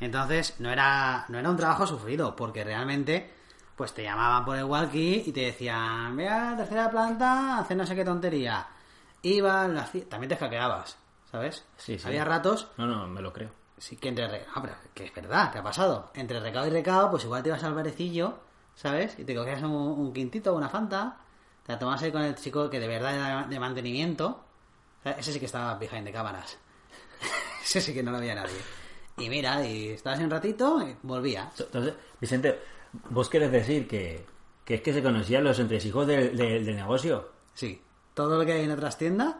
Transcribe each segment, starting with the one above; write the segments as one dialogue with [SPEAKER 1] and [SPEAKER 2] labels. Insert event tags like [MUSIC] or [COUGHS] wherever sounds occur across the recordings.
[SPEAKER 1] Entonces, no era, no era un trabajo sufrido, porque realmente, pues te llamaban por el walkie y te decían, ve a la tercera planta, hacer no sé qué tontería. Iban, lo hacía- también te hackeabas, ¿sabes?
[SPEAKER 2] Sí, sí.
[SPEAKER 1] Había ratos
[SPEAKER 2] No, no, me lo creo.
[SPEAKER 1] Sí, que entre. re- Ah, pero que es verdad, que ha pasado. Entre recado y recado, pues igual te ibas al barecillo, ¿sabes? Y te cogías un, un quintito, una fanta, te la tomabas ahí con el chico que de verdad era de mantenimiento. O sea, Ese sí que estaba behind de cámaras. [LAUGHS] Ese sí que no lo veía nadie. Y mira, y estabas ahí un ratito y volvía.
[SPEAKER 2] Entonces, Vicente, ¿vos querés decir que, que es que se conocían los entresijos del, del- del negocio?
[SPEAKER 1] Sí. Todo lo que hay en otras tiendas,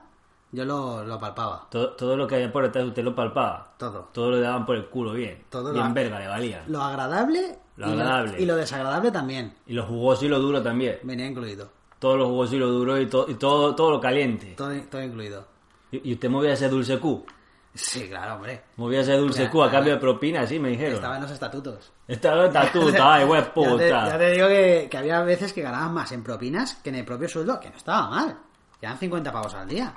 [SPEAKER 1] yo lo, lo palpaba.
[SPEAKER 2] Todo, todo lo que había por detrás usted lo palpaba.
[SPEAKER 1] Todo.
[SPEAKER 2] Todo lo daban por el culo bien.
[SPEAKER 1] Todo
[SPEAKER 2] bien
[SPEAKER 1] lo-
[SPEAKER 2] verga, le valía.
[SPEAKER 1] Lo agradable,
[SPEAKER 2] Lo
[SPEAKER 1] y
[SPEAKER 2] agradable.
[SPEAKER 1] y lo desagradable también
[SPEAKER 2] Y los jugosos y lo duro también.
[SPEAKER 1] venía incluido.
[SPEAKER 2] Todos los jugosos y lo duro y, to- y todo, todo lo caliente.
[SPEAKER 1] Todo, todo incluido.
[SPEAKER 2] Y, y usted movía ese dulce Q.
[SPEAKER 1] Sí, claro, hombre.
[SPEAKER 2] Movía ese dulce
[SPEAKER 1] Ya,
[SPEAKER 2] Q a
[SPEAKER 1] estaba-
[SPEAKER 2] cambio de propina, sí, me dijeron.
[SPEAKER 1] Estaba en los estatutos. [LAUGHS]
[SPEAKER 2] Estaba en tatuta, ay, güey,
[SPEAKER 1] Ya te, ya
[SPEAKER 2] puta.
[SPEAKER 1] te digo que, que había veces que ganabas más en propinas que en el propio sueldo, que no estaba mal. Que eran 50 pavos al día.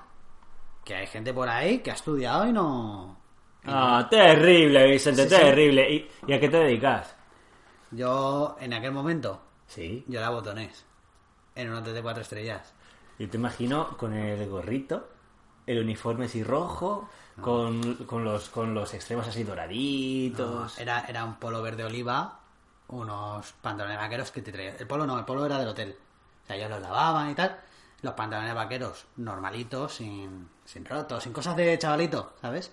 [SPEAKER 1] Que hay gente por ahí que ha estudiado y no...
[SPEAKER 2] Ah, terrible, Vicente,
[SPEAKER 1] Sí, sí.
[SPEAKER 2] terrible. ¿Y, y a qué te dedicas?
[SPEAKER 1] Yo, en aquel momento,
[SPEAKER 2] Sí.
[SPEAKER 1] yo era botonés. En un hotel de cuatro estrellas.
[SPEAKER 2] Yo te imagino con el gorrito, el uniforme así rojo, con, con los, con los extremos así doraditos.
[SPEAKER 1] Era, era un polo verde oliva, unos pantalones vaqueros que te traían. El polo no, el polo era del hotel. O sea, ellos los lavaban y tal. Los pantalones vaqueros normalitos, sin, sin rotos, sin cosas de chavalito, ¿sabes?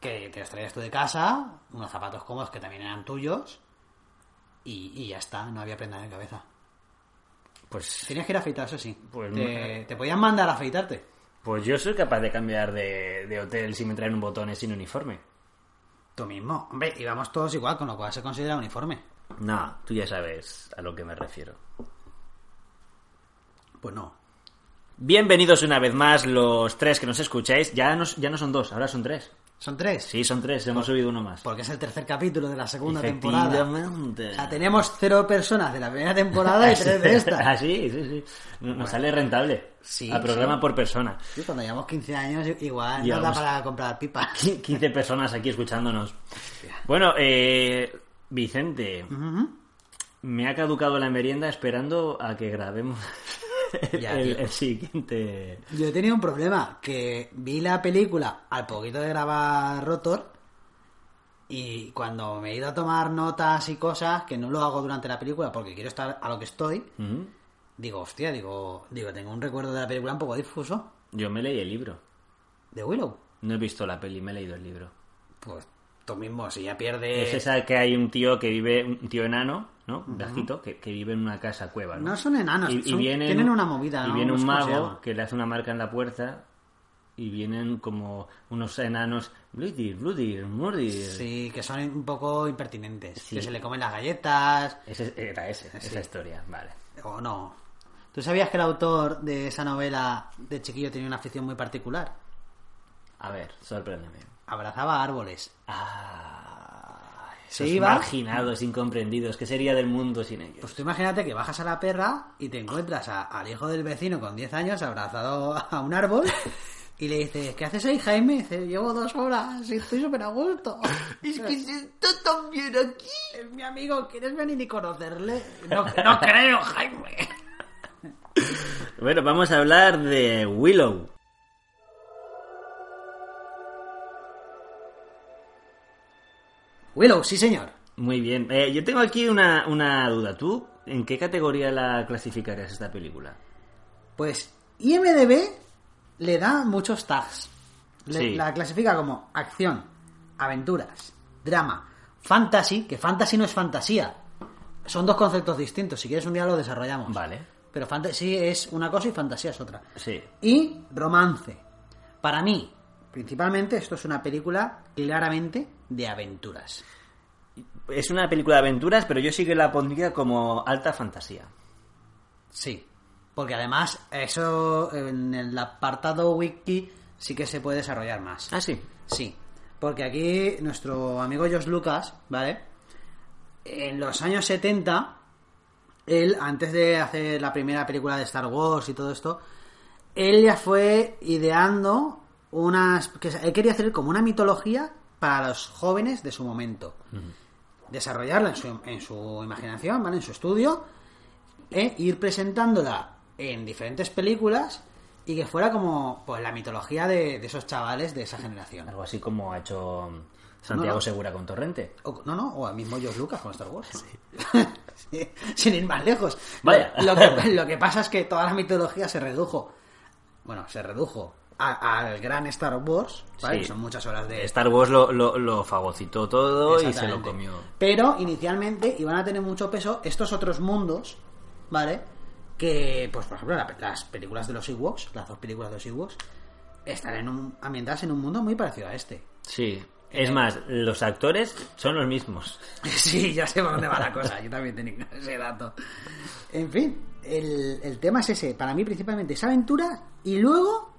[SPEAKER 1] Que te los traías tú de casa, unos zapatos cómodos que también eran tuyos. Y, y ya está, no había prenda de cabeza.
[SPEAKER 2] Pues,
[SPEAKER 1] Tenías que ir a afeitar, eso sí.
[SPEAKER 2] Pues
[SPEAKER 1] te, te podían mandar a afeitarte.
[SPEAKER 2] pues yo soy capaz de cambiar de, de hotel si me traen un botón sin uniforme.
[SPEAKER 1] Tú mismo. Hombre, íbamos todos igual, con lo cual se considera uniforme.
[SPEAKER 2] No, tú ya sabes a lo que me refiero.
[SPEAKER 1] Pues no.
[SPEAKER 2] Bienvenidos una vez más los tres que nos escucháis. Ya no, ya no son dos, ahora son tres.
[SPEAKER 1] Son tres.
[SPEAKER 2] Sí, son tres, hemos subido uno más.
[SPEAKER 1] Porque es el tercer capítulo de la segunda temporada.
[SPEAKER 2] Efectivamente.
[SPEAKER 1] O sea, tenemos cero personas de la primera
[SPEAKER 2] [LAUGHS]
[SPEAKER 1] temporada y tres de
[SPEAKER 2] Ah,
[SPEAKER 1] esta.
[SPEAKER 2] sí, sí, sí. Nos sale rentable.
[SPEAKER 1] Sí,
[SPEAKER 2] A programa
[SPEAKER 1] sí.
[SPEAKER 2] por persona.
[SPEAKER 1] Y cuando llevamos 15 años, igual nos da
[SPEAKER 2] Llevamos-
[SPEAKER 1] para comprar
[SPEAKER 2] [LAUGHS]
[SPEAKER 1] pipas.
[SPEAKER 2] 15 personas aquí escuchándonos. Bueno, eh, Vicente, me ha caducado la merienda esperando a que grabemos
[SPEAKER 1] [LAUGHS] Ya,
[SPEAKER 2] el,
[SPEAKER 1] tío.
[SPEAKER 2] el siguiente.
[SPEAKER 1] Yo he tenido un problema, que vi la película al poquito de grabar Rotor y cuando me he ido a tomar notas y cosas, que no lo hago durante la película porque quiero estar a lo que estoy,
[SPEAKER 2] Ujú.
[SPEAKER 1] digo, hostia, digo, digo, tengo un recuerdo de la película un poco difuso.
[SPEAKER 2] Yo me leí el libro.
[SPEAKER 1] De Willow.
[SPEAKER 2] No he visto la peli, me he leído el libro.
[SPEAKER 1] Pues tú mismo, si ya pierde...
[SPEAKER 2] Es esa que hay un tío que vive, un tío enano, ¿no? Bajito, que, que vive en una casa cueva, ¿no?
[SPEAKER 1] No son enanos,
[SPEAKER 2] Y, y
[SPEAKER 1] son-
[SPEAKER 2] vienen-
[SPEAKER 1] tienen una movida,
[SPEAKER 2] Y
[SPEAKER 1] ¿no?
[SPEAKER 2] viene
[SPEAKER 1] No
[SPEAKER 2] un
[SPEAKER 1] sé cómo se llama.
[SPEAKER 2] mago que le hace una marca en la puerta y vienen como unos enanos. Bludir, bludir, murdir.
[SPEAKER 1] Sí, que son un poco impertinentes.
[SPEAKER 2] Sí.
[SPEAKER 1] Que se le comen las galletas.
[SPEAKER 2] Ese, era ese, esa historia, vale.
[SPEAKER 1] O no. ¿Tú sabías que el autor de esa novela de chiquillo tenía una afición muy particular?
[SPEAKER 2] A ver, sorpréndeme.
[SPEAKER 1] Abrazaba árboles.
[SPEAKER 2] Ah, esos
[SPEAKER 1] Se iba.
[SPEAKER 2] marginados, incomprendidos. ¿Qué sería del mundo sin ellos?
[SPEAKER 1] Pues tú imagínate que bajas a la perra y te encuentras a- al hijo del vecino con 10 años abrazado a un árbol y le dices, ¿qué haces ahí, Jaime? Y dice, llevo dos horas y estoy súper a gusto. [LAUGHS] es que siento tan bien aquí. Es mi amigo, ¿quieres venir y conocerle? No, no creo, Jaime.
[SPEAKER 2] [LAUGHS] Bueno, vamos a hablar de Willow.
[SPEAKER 1] Willow, sí señor.
[SPEAKER 2] Muy bien. Eh, yo tengo aquí una, una duda. ¿Tú en qué categoría la clasificarías esta película?
[SPEAKER 1] Pues IMDB le da muchos tags. Le-
[SPEAKER 2] Sí.
[SPEAKER 1] La clasifica como acción, aventuras, drama, fantasy, que fantasy no es fantasía. Son dos conceptos distintos. Si quieres un día lo desarrollamos.
[SPEAKER 2] Vale.
[SPEAKER 1] Pero fantasy es una cosa y fantasía es otra.
[SPEAKER 2] Sí.
[SPEAKER 1] Y romance. Para mí, principalmente, esto es una película claramente de aventuras.
[SPEAKER 2] Es una película de aventuras, pero yo sí que la pondría como alta fantasía.
[SPEAKER 1] Sí, porque además eso en el apartado wiki sí que se puede desarrollar más.
[SPEAKER 2] Ah, sí.
[SPEAKER 1] Sí, porque aquí nuestro amigo Josh Lucas, ¿vale? En los años 70, él, antes de hacer la primera película de Star Wars y todo esto, él ya fue ideando unas... que él quería hacer como una mitología para los jóvenes de su momento. Desarrollarla en su, en su imaginación, ¿vale? En su estudio. E ir presentándola en diferentes películas y que fuera como pues la mitología de, de esos chavales de esa generación.
[SPEAKER 2] Algo así como ha hecho Santiago
[SPEAKER 1] No, no.
[SPEAKER 2] Segura con Torrente.
[SPEAKER 1] O- no, no, o al mismo George Lucas con Star Wars. [LAUGHS] Sí, Sin ir más lejos.
[SPEAKER 2] Vaya.
[SPEAKER 1] Lo, que, lo que pasa es que toda la mitología se redujo. Bueno, se redujo a- al gran Star Wars. ¿vale?
[SPEAKER 2] Sí.
[SPEAKER 1] Son muchas horas de.
[SPEAKER 2] Star Wars lo, lo, lo fagocitó todo y se lo
[SPEAKER 1] Exactamente.
[SPEAKER 2] comió.
[SPEAKER 1] Pero inicialmente iban a tener mucho peso estos otros mundos, ¿vale? Que, pues por ejemplo, la- las películas de los Ewoks, las dos películas de los Ewoks, están en un, ambientadas en un mundo muy parecido a este.
[SPEAKER 2] Sí.
[SPEAKER 1] Eh,
[SPEAKER 2] Es más, los actores son los mismos.
[SPEAKER 1] [LAUGHS] Sí, ya sé por dónde va la cosa. Yo también tenía ese dato. En fin, el, el tema es ese. Para mí, principalmente, es aventura y luego.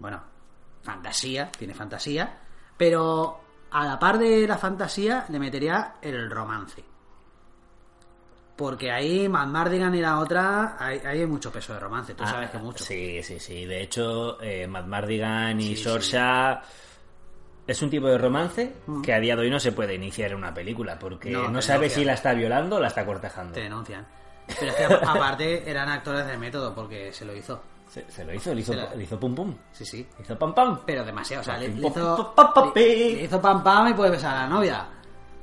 [SPEAKER 1] Bueno, fantasía, tiene fantasía. Pero a la par de la fantasía, le metería el romance. Porque ahí, Matt Mardigan y la otra, ahí ahí hay mucho peso de romance. Tú sabes
[SPEAKER 2] Ah,
[SPEAKER 1] que mucho.
[SPEAKER 2] Sí, sí, sí. De hecho, eh, Matt Mardigan y
[SPEAKER 1] Sí,
[SPEAKER 2] Sorsa es un tipo de romance que a día de hoy no se puede iniciar en una película porque
[SPEAKER 1] Mm. No,
[SPEAKER 2] no,
[SPEAKER 1] pero
[SPEAKER 2] sabe
[SPEAKER 1] no,
[SPEAKER 2] si
[SPEAKER 1] ya.
[SPEAKER 2] la está violando o la está cortejando.
[SPEAKER 1] Te denuncian. Pero es que aparte eran actores de método porque se lo hizo.
[SPEAKER 2] Se, se lo hizo, le hizo,
[SPEAKER 1] Se la-
[SPEAKER 2] le hizo pum pum.
[SPEAKER 1] Sí, sí.
[SPEAKER 2] Le hizo pam pam.
[SPEAKER 1] Pero demasiado, o sea, le,
[SPEAKER 2] Pim,
[SPEAKER 1] le
[SPEAKER 2] pum,
[SPEAKER 1] hizo.
[SPEAKER 2] pum, pam, pam,
[SPEAKER 1] le-
[SPEAKER 2] pim.
[SPEAKER 1] le hizo pam pam y puede besar a la
[SPEAKER 2] [LAUGHS]
[SPEAKER 1] novia.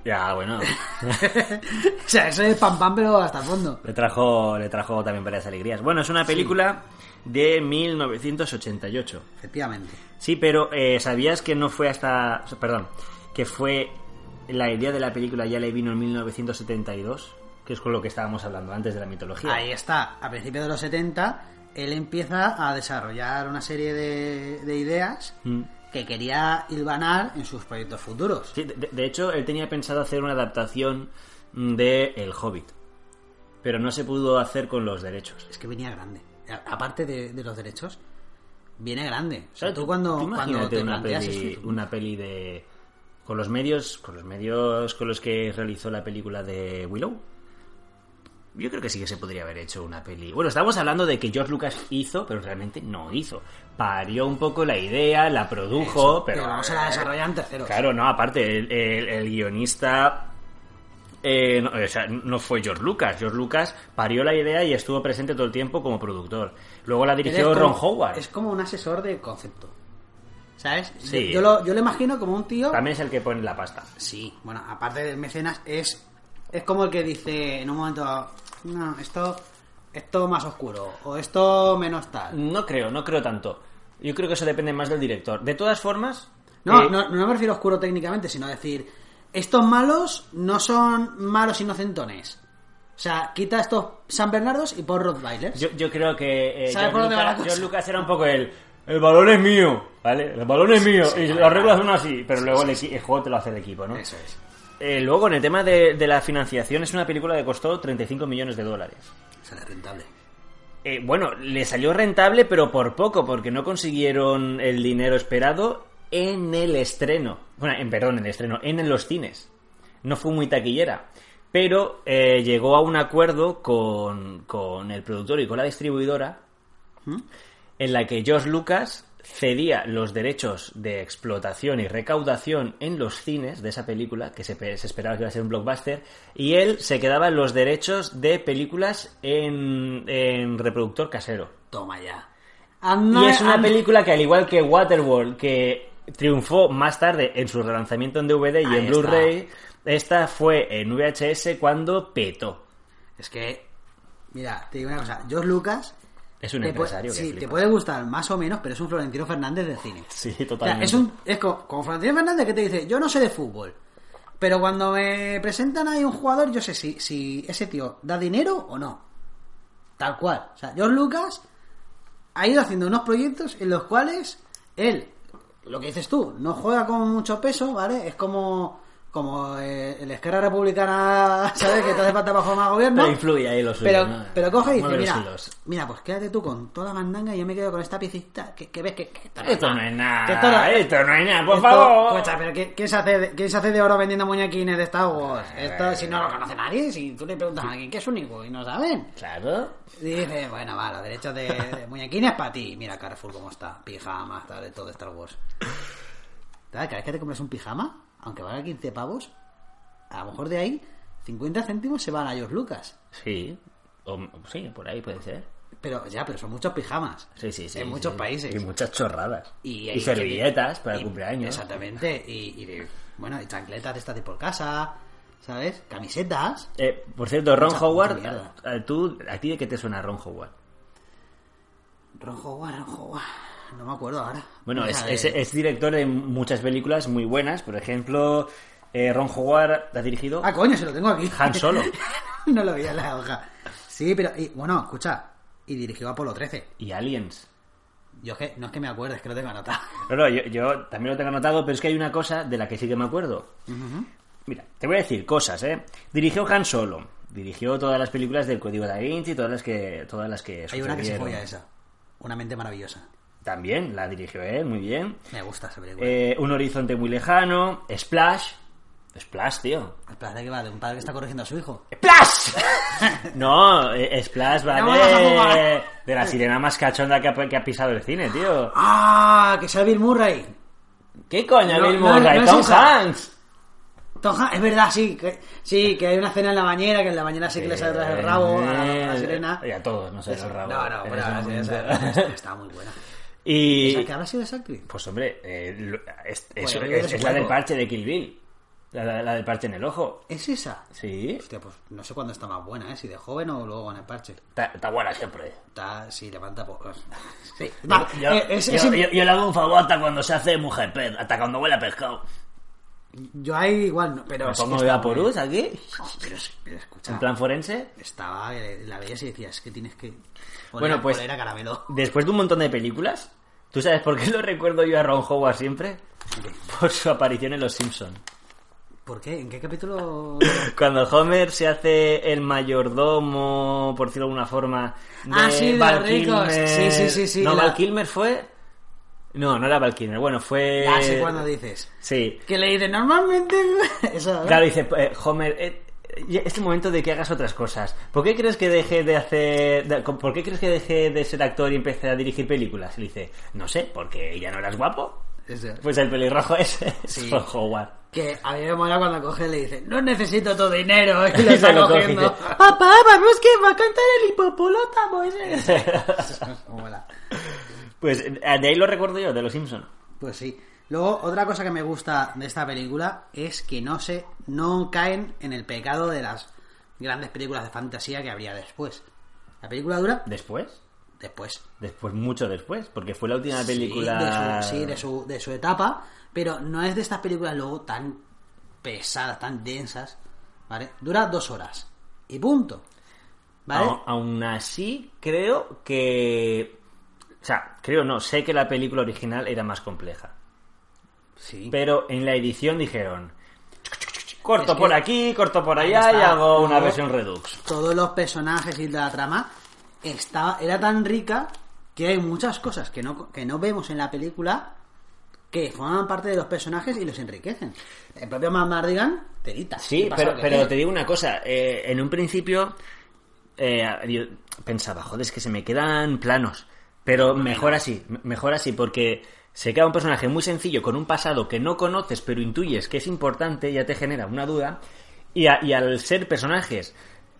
[SPEAKER 2] Ya,
[SPEAKER 1] [LAUGHS]
[SPEAKER 2] bueno.
[SPEAKER 1] o sea, eso es pam pam, pero hasta el fondo.
[SPEAKER 2] le, trajo, le trajo también varias alegrías. Bueno, es una película de 1988.
[SPEAKER 1] Efectivamente.
[SPEAKER 2] Sí, pero eh, ¿sabías que no fue hasta... Perdón, que fue la idea de la película ya le vino en 1972? Que es con lo que estábamos hablando antes de la mitología.
[SPEAKER 1] Ahí está, a principios de los 70, él empieza a desarrollar una serie de, de ideas
[SPEAKER 2] Mm.
[SPEAKER 1] que quería hilvanar en sus proyectos futuros.
[SPEAKER 2] Sí, de, de hecho, él tenía pensado hacer una adaptación mm, de El Hobbit. Pero no se pudo hacer con los derechos.
[SPEAKER 1] Es que venía grande. A- Aparte de, de los derechos, viene grande. O sea,
[SPEAKER 2] Claro,
[SPEAKER 1] tú cuando, cuando
[SPEAKER 2] imagínate
[SPEAKER 1] te
[SPEAKER 2] una
[SPEAKER 1] planteas
[SPEAKER 2] peli,
[SPEAKER 1] eso, tú-
[SPEAKER 2] una peli de con los medios, con los medios con los que realizó la película de Willow. Yo creo que sí que se podría haber hecho una peli. Bueno, estamos hablando de que George Lucas hizo, pero realmente no hizo. Parió un poco la idea, la produjo,
[SPEAKER 1] pero,
[SPEAKER 2] pero
[SPEAKER 1] vamos a la desarrollar en terceros.
[SPEAKER 2] Claro, no, aparte, el, el- el guionista. eh, no, o sea, no fue George Lucas. George Lucas parió la idea y estuvo presente todo el tiempo como productor. Luego la
[SPEAKER 1] Él
[SPEAKER 2] dirigió
[SPEAKER 1] es
[SPEAKER 2] Ron
[SPEAKER 1] como-
[SPEAKER 2] Howard.
[SPEAKER 1] Es como un asesor de concepto. ¿Sabes?
[SPEAKER 2] Sí.
[SPEAKER 1] Yo, yo lo, yo lo imagino como un tío.
[SPEAKER 2] También es el que pone la pasta.
[SPEAKER 1] Sí, bueno, aparte del mecenas, es, es como el que dice en un momento dado, no, esto, esto más oscuro, o esto menos tal.
[SPEAKER 2] No creo, no creo tanto. Yo creo que eso depende más del director. De todas formas.
[SPEAKER 1] No,
[SPEAKER 2] eh,
[SPEAKER 1] no, no me refiero a oscuro técnicamente, sino a decir, estos malos no son malos inocentones. O sea, quita estos San Bernardos y pon Rottweilers.
[SPEAKER 2] Yo, yo creo que. eh,
[SPEAKER 1] ¿Sabes por dónde
[SPEAKER 2] George,
[SPEAKER 1] va la
[SPEAKER 2] Lucas,
[SPEAKER 1] cosa?
[SPEAKER 2] George Lucas era un poco el. El balón es mío, ¿vale? El balón es mío.
[SPEAKER 1] sí,
[SPEAKER 2] y
[SPEAKER 1] vale,
[SPEAKER 2] las reglas
[SPEAKER 1] vale.
[SPEAKER 2] son así. Pero luego el, equi- el juego te lo hace el equipo, ¿no?
[SPEAKER 1] Eso es.
[SPEAKER 2] Eh, luego, en el tema de, de la financiación, es una película que costó 35 millones de dólares.
[SPEAKER 1] Sale rentable.
[SPEAKER 2] Eh, bueno, le salió rentable, pero por poco, porque no consiguieron el dinero esperado en el estreno. Bueno, en, perdón, en el estreno, en los cines. No fue muy taquillera. Pero eh, llegó a un acuerdo con, con el productor y con la distribuidora en la que George Lucas cedía los derechos de explotación y recaudación en los cines de esa película, que se, pe- se esperaba que iba a ser un blockbuster, y él se quedaba los derechos de películas en, en reproductor casero.
[SPEAKER 1] Toma ya. Anda-
[SPEAKER 2] y es una
[SPEAKER 1] anda-
[SPEAKER 2] película que, al igual que Waterworld, que triunfó más tarde en su relanzamiento en DVD y
[SPEAKER 1] Ahí
[SPEAKER 2] en Blu-ray, esta fue en VHS cuando petó.
[SPEAKER 1] Es que, mira, te digo una cosa, George Lucas...
[SPEAKER 2] Es un
[SPEAKER 1] te puede-
[SPEAKER 2] empresario que
[SPEAKER 1] sí, te
[SPEAKER 2] flipas.
[SPEAKER 1] puede gustar más o menos, pero es un Florentino Fernández del cine.
[SPEAKER 2] Sí,
[SPEAKER 1] O sea,
[SPEAKER 2] totalmente.
[SPEAKER 1] es, un, es como, como Florentino Fernández que te dice, yo no sé de fútbol, pero cuando me presentan ahí un jugador, yo sé si, si ese tío da dinero o no. Tal cual. O sea, George Lucas ha ido haciendo unos proyectos en los cuales él, lo que dices tú, no juega con mucho peso, ¿vale? Es como, como eh, el Esquerra Republicana, [LAUGHS] ¿sabes? Que te hace falta para formar gobierno.
[SPEAKER 2] Pero influye ahí los
[SPEAKER 1] Pero,
[SPEAKER 2] ¿no?
[SPEAKER 1] pero coge y dice,
[SPEAKER 2] Mueve los
[SPEAKER 1] mira,
[SPEAKER 2] hilos.
[SPEAKER 1] mira, pues quédate tú con toda la mandanga y yo me quedo con esta piecita que, que ves que, que
[SPEAKER 2] Esto no es nada.
[SPEAKER 1] Que esto no-
[SPEAKER 2] esto no es nada, por
[SPEAKER 1] esto-
[SPEAKER 2] favor.
[SPEAKER 1] Escucha, pero ¿qué- ¿quién se, hace de, quién se hace de oro vendiendo muñequines de Star Wars? Esto si no lo conoce nadie, si tú le preguntas a alguien que es único y no saben.
[SPEAKER 2] Claro.
[SPEAKER 1] Y dice, bueno, va, los derechos de, de muñequines para ti. Mira Carrefour cómo está, pijama, tal, de todo Star Wars. Cada vez que te compras un pijama, aunque valga 15 pavos, a lo mejor de ahí 50 céntimos se van a George Lucas.
[SPEAKER 2] Sí. O, sí, por ahí puede ser.
[SPEAKER 1] Pero ya, pero son muchos pijamas.
[SPEAKER 2] Sí, sí, sí.
[SPEAKER 1] En
[SPEAKER 2] sí.
[SPEAKER 1] muchos países.
[SPEAKER 2] Y muchas chorradas.
[SPEAKER 1] Y-
[SPEAKER 2] Y,
[SPEAKER 1] y-
[SPEAKER 2] servilletas para
[SPEAKER 1] y-
[SPEAKER 2] cumpleaños.
[SPEAKER 1] Exactamente. Y, y de- bueno, y chancletas de estas de por casa, ¿sabes? Camisetas.
[SPEAKER 2] Eh, por cierto, Ron
[SPEAKER 1] Mucha-
[SPEAKER 2] Howard,
[SPEAKER 1] mucha mierda.
[SPEAKER 2] a, a- tú, ¿a ti de qué te suena Ron Howard?
[SPEAKER 1] Ron Howard, Ron Howard. No me acuerdo ahora.
[SPEAKER 2] Bueno,
[SPEAKER 1] O
[SPEAKER 2] es,
[SPEAKER 1] sea,
[SPEAKER 2] es-
[SPEAKER 1] de-
[SPEAKER 2] es director de muchas películas muy buenas. Por ejemplo, eh, Ron Howard ha dirigido
[SPEAKER 1] Ah, coño, se lo tengo aquí.
[SPEAKER 2] Han Solo.
[SPEAKER 1] [LAUGHS] no lo veía en la hoja. Sí, pero... y- bueno, escucha. Y dirigió Apolo 13.
[SPEAKER 2] y Aliens.
[SPEAKER 1] Yo es que... No es que me acuerde, es que lo tengo
[SPEAKER 2] [LAUGHS]
[SPEAKER 1] anotado.
[SPEAKER 2] No, no, yo, yo también lo tengo anotado, pero es que hay una cosa de la que sí que me acuerdo. Mira, te voy a decir cosas, ¿eh? Dirigió Han Solo. Dirigió todas las películas del Código da Vinci, todas las que... Todas las que
[SPEAKER 1] Hay una que se
[SPEAKER 2] sucedieron.
[SPEAKER 1] folla esa. Una mente maravillosa.
[SPEAKER 2] También la dirigió él, muy bien.
[SPEAKER 1] Me gusta esa película.
[SPEAKER 2] Eh, un horizonte muy lejano, Splash. Splash, tío.
[SPEAKER 1] El plan de que va de un padre que está corrigiendo a su hijo.
[SPEAKER 2] ¡Splash! [LAUGHS] no, eh, Splash va
[SPEAKER 1] No vamos a
[SPEAKER 2] de,
[SPEAKER 1] jugar.
[SPEAKER 2] de la sirena más cachonda que ha, que ha pisado el cine, tío.
[SPEAKER 1] ¡Ah! Que sea Bill Murray.
[SPEAKER 2] ¿Qué coño,
[SPEAKER 1] No,
[SPEAKER 2] Bill
[SPEAKER 1] no,
[SPEAKER 2] Murray?
[SPEAKER 1] no es
[SPEAKER 2] Tom
[SPEAKER 1] esa.
[SPEAKER 2] Hanks.
[SPEAKER 1] Tom Han- es verdad, sí. Que, sí, que hay una cena en la bañera, que en la bañera sí que le sale atrás el rabo a la, a la sirena.
[SPEAKER 2] Eh, Y a todos, no sé, el rabo.
[SPEAKER 1] No, no,
[SPEAKER 2] En
[SPEAKER 1] bueno,
[SPEAKER 2] ese
[SPEAKER 1] sí,
[SPEAKER 2] momento.
[SPEAKER 1] esa- esa está muy buena.
[SPEAKER 2] [LAUGHS] Y...
[SPEAKER 1] ¿Esa que habrá sido esa actriz?
[SPEAKER 2] Pues hombre, eh, lo- es, es-
[SPEAKER 1] yo creo que
[SPEAKER 2] es-
[SPEAKER 1] se
[SPEAKER 2] es la
[SPEAKER 1] puede.
[SPEAKER 2] del parche de Kill Bill. La, la- la del parche en el ojo.
[SPEAKER 1] ¿Es esa?
[SPEAKER 2] Sí.
[SPEAKER 1] Hostia, pues no sé cuándo está más buena, ¿eh? Si de joven o luego en el parche.
[SPEAKER 2] Está está buena siempre.
[SPEAKER 1] Está, sí, levanta por... [LAUGHS] Sí. Va,
[SPEAKER 2] Yo, yo-
[SPEAKER 1] eh, es- es-
[SPEAKER 2] yo- yo- yo le hago un favor hasta cuando se hace mujer pez, hasta cuando huele a pescado.
[SPEAKER 1] Yo ahí igual no, pero...
[SPEAKER 2] ¿Me
[SPEAKER 1] sí que
[SPEAKER 2] pongo de
[SPEAKER 1] está
[SPEAKER 2] vaporus aquí?
[SPEAKER 1] buena. No, pero, es- pero escucha,
[SPEAKER 2] ¿En plan forense?
[SPEAKER 1] estaba... eh, La veías y decías, es que tienes que...
[SPEAKER 2] Bueno, pues-
[SPEAKER 1] Era caramelo. [LAUGHS]
[SPEAKER 2] Después de un montón de películas, ¿tú sabes por qué lo recuerdo yo a Ron Howard siempre? Por su aparición en Los Simpsons.
[SPEAKER 1] ¿Por qué? ¿En qué
[SPEAKER 2] [COUGHS]
[SPEAKER 1] capítulo...?
[SPEAKER 2] Cuando Homer se hace el mayordomo, por decirlo de alguna forma, de
[SPEAKER 1] Ah, sí, de
[SPEAKER 2] Val
[SPEAKER 1] los ricos.
[SPEAKER 2] Kilmer.
[SPEAKER 1] Sí, sí, sí, sí,
[SPEAKER 2] No,
[SPEAKER 1] la-
[SPEAKER 2] Val Kilmer fue... No, no era Val Kilmer. Bueno, fue...
[SPEAKER 1] Ya sé cuándo dices.
[SPEAKER 2] Sí.
[SPEAKER 1] Que le dices, normalmente... [LAUGHS] Eso, ¿no?
[SPEAKER 2] Claro, dice eh, Homer, eh, eh, es el momento de que hagas otras cosas. ¿Por qué crees que dejé de hacer, de- con- por qué crees que dejé de ser actor y empecé a dirigir películas? Y le dice, no sé, porque ya no eras guapo.
[SPEAKER 1] Eso.
[SPEAKER 2] Pues el pelirrojo ese es [LAUGHS]
[SPEAKER 1] Sí.
[SPEAKER 2] Ron Howard.
[SPEAKER 1] Que a mí me mola cuando coge y le dice, no necesito tu
[SPEAKER 2] [LAUGHS]
[SPEAKER 1] dinero, y lo
[SPEAKER 2] Y
[SPEAKER 1] está
[SPEAKER 2] se lo coge y
[SPEAKER 1] cogiendo.
[SPEAKER 2] dice,
[SPEAKER 1] [LAUGHS] Papá, vamos que va a cantar el hipopolótamo ese.
[SPEAKER 2] [LAUGHS]
[SPEAKER 1] [LAUGHS] mola.
[SPEAKER 2] Pues eh, de ahí lo recuerdo yo, de Los Simpson.
[SPEAKER 1] Pues sí. Luego, otra cosa que me gusta de esta película es que no se, no caen en el pecado de las grandes películas de fantasía que habría después. La película dura
[SPEAKER 2] Después,
[SPEAKER 1] después.
[SPEAKER 2] después, mucho después, porque fue la última
[SPEAKER 1] Sí,
[SPEAKER 2] película.
[SPEAKER 1] de su- Sí, de su, de su etapa, pero no es de estas películas luego tan pesadas, tan densas, ¿vale? Dura dos horas y punto, ¿vale?
[SPEAKER 2] Aún- Aún así, creo que. O sea, creo no, sé que la película original era más compleja.
[SPEAKER 1] Sí.
[SPEAKER 2] Pero en la edición dijeron: corto
[SPEAKER 1] Es que-
[SPEAKER 2] por aquí, corto por allá
[SPEAKER 1] Ahí
[SPEAKER 2] y
[SPEAKER 1] está.
[SPEAKER 2] hago una
[SPEAKER 1] Luego-
[SPEAKER 2] versión Redux.
[SPEAKER 1] Todos los personajes y la trama estaba, era tan rica que hay muchas cosas que no, que no vemos en la película que forman parte de los personajes y los enriquecen. El propio Matt Mardigan, Terita.
[SPEAKER 2] Sí, pero, pero te digo una cosa. eh, en un principio eh, yo pensaba, joder, es que se me quedan planos. Pero mejor así, me- mejor así, porque se queda un personaje muy sencillo con un pasado que no conoces, pero intuyes que es importante, ya te genera una duda. Y, a- y al ser personajes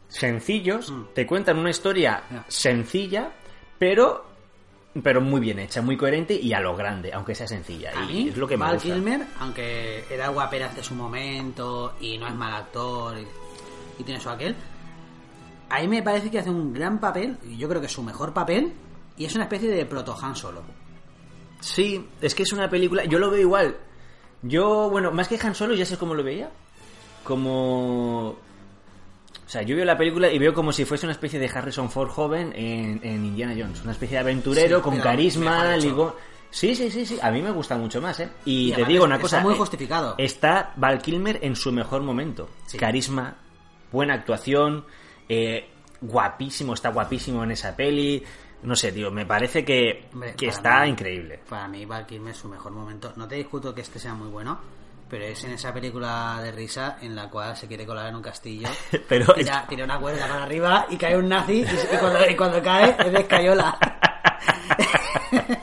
[SPEAKER 2] sencillos, te cuentan una historia
[SPEAKER 1] Mm. Ya.
[SPEAKER 2] sencilla, pero pero muy bien hecha, muy coherente y a lo grande, aunque sea sencilla.
[SPEAKER 1] A
[SPEAKER 2] y
[SPEAKER 1] mí,
[SPEAKER 2] es lo que me
[SPEAKER 1] Val
[SPEAKER 2] gusta.
[SPEAKER 1] Kilmer, aunque era guapera hace su momento y no es mal actor y, y tiene su aquel, a mí me parece que hace un gran papel, y yo creo que es su mejor papel, y es una especie de proto Han Solo.
[SPEAKER 2] Sí, es que es una película. Yo lo veo igual. Yo, bueno, más que Han Solo, ya sé cómo lo veía. Como. O sea, yo veo la película y veo como si fuese una especie de Harrison Ford joven en, en Indiana Jones. Una especie de aventurero
[SPEAKER 1] Sí,
[SPEAKER 2] con
[SPEAKER 1] pero
[SPEAKER 2] carisma,
[SPEAKER 1] mejor hecho.
[SPEAKER 2] ligo. Sí, sí, sí, sí. A mí me gusta mucho más, ¿eh? Y, te
[SPEAKER 1] además
[SPEAKER 2] digo una
[SPEAKER 1] está
[SPEAKER 2] cosa.
[SPEAKER 1] muy
[SPEAKER 2] eh,
[SPEAKER 1] justificado.
[SPEAKER 2] Está Val Kilmer en su mejor momento.
[SPEAKER 1] Sí.
[SPEAKER 2] Carisma, buena actuación, eh, guapísimo, está guapísimo en esa peli. No sé, tío, me parece que,
[SPEAKER 1] Hombre,
[SPEAKER 2] que
[SPEAKER 1] para
[SPEAKER 2] está
[SPEAKER 1] mí-
[SPEAKER 2] increíble.
[SPEAKER 1] Para mí, Val Kilmer es su mejor momento. No te discuto que este sea muy bueno, pero es en esa película de risa en la cual se quiere colar en un
[SPEAKER 2] [LAUGHS]
[SPEAKER 1] castillo.
[SPEAKER 2] Pero es-
[SPEAKER 1] tira, tira una cuerda
[SPEAKER 2] [LAUGHS]
[SPEAKER 1] [LAUGHS] para arriba y cae un nazi y, y cuando, y cuando cae es de escayola.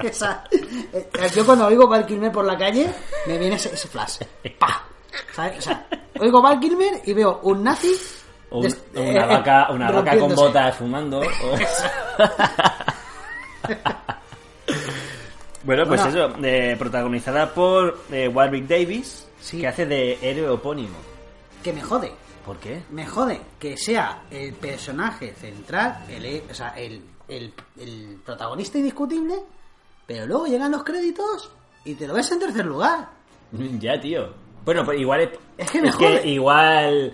[SPEAKER 1] Esa- eh, yo cuando oigo Val Kilmer por la calle, me viene ese, ese flash. ¡Pah! ¿Sabes? O sea, oigo Val Kilmer y veo un nazi...
[SPEAKER 2] O un-
[SPEAKER 1] des-
[SPEAKER 2] o
[SPEAKER 1] eh,
[SPEAKER 2] una vaca, una vaca con
[SPEAKER 1] rompiéndose.
[SPEAKER 2] botas fumando. o-
[SPEAKER 1] [LAUGHS]
[SPEAKER 2] [LAUGHS] bueno, pues
[SPEAKER 1] Bueno.
[SPEAKER 2] eso, eh, protagonizada por eh, Warwick Davis,
[SPEAKER 1] Sí.
[SPEAKER 2] que hace de héroe opónimo.
[SPEAKER 1] Que me jode.
[SPEAKER 2] ¿Por qué? [LAUGHS]
[SPEAKER 1] Me jode que sea el personaje central, el, he- o sea, el, el- el protagonista indiscutible, pero luego llegan los créditos y te lo ves en tercer lugar.
[SPEAKER 2] Mm, Ya, tío. Bueno, pues igual... Es,
[SPEAKER 1] Es que me jode.
[SPEAKER 2] igual...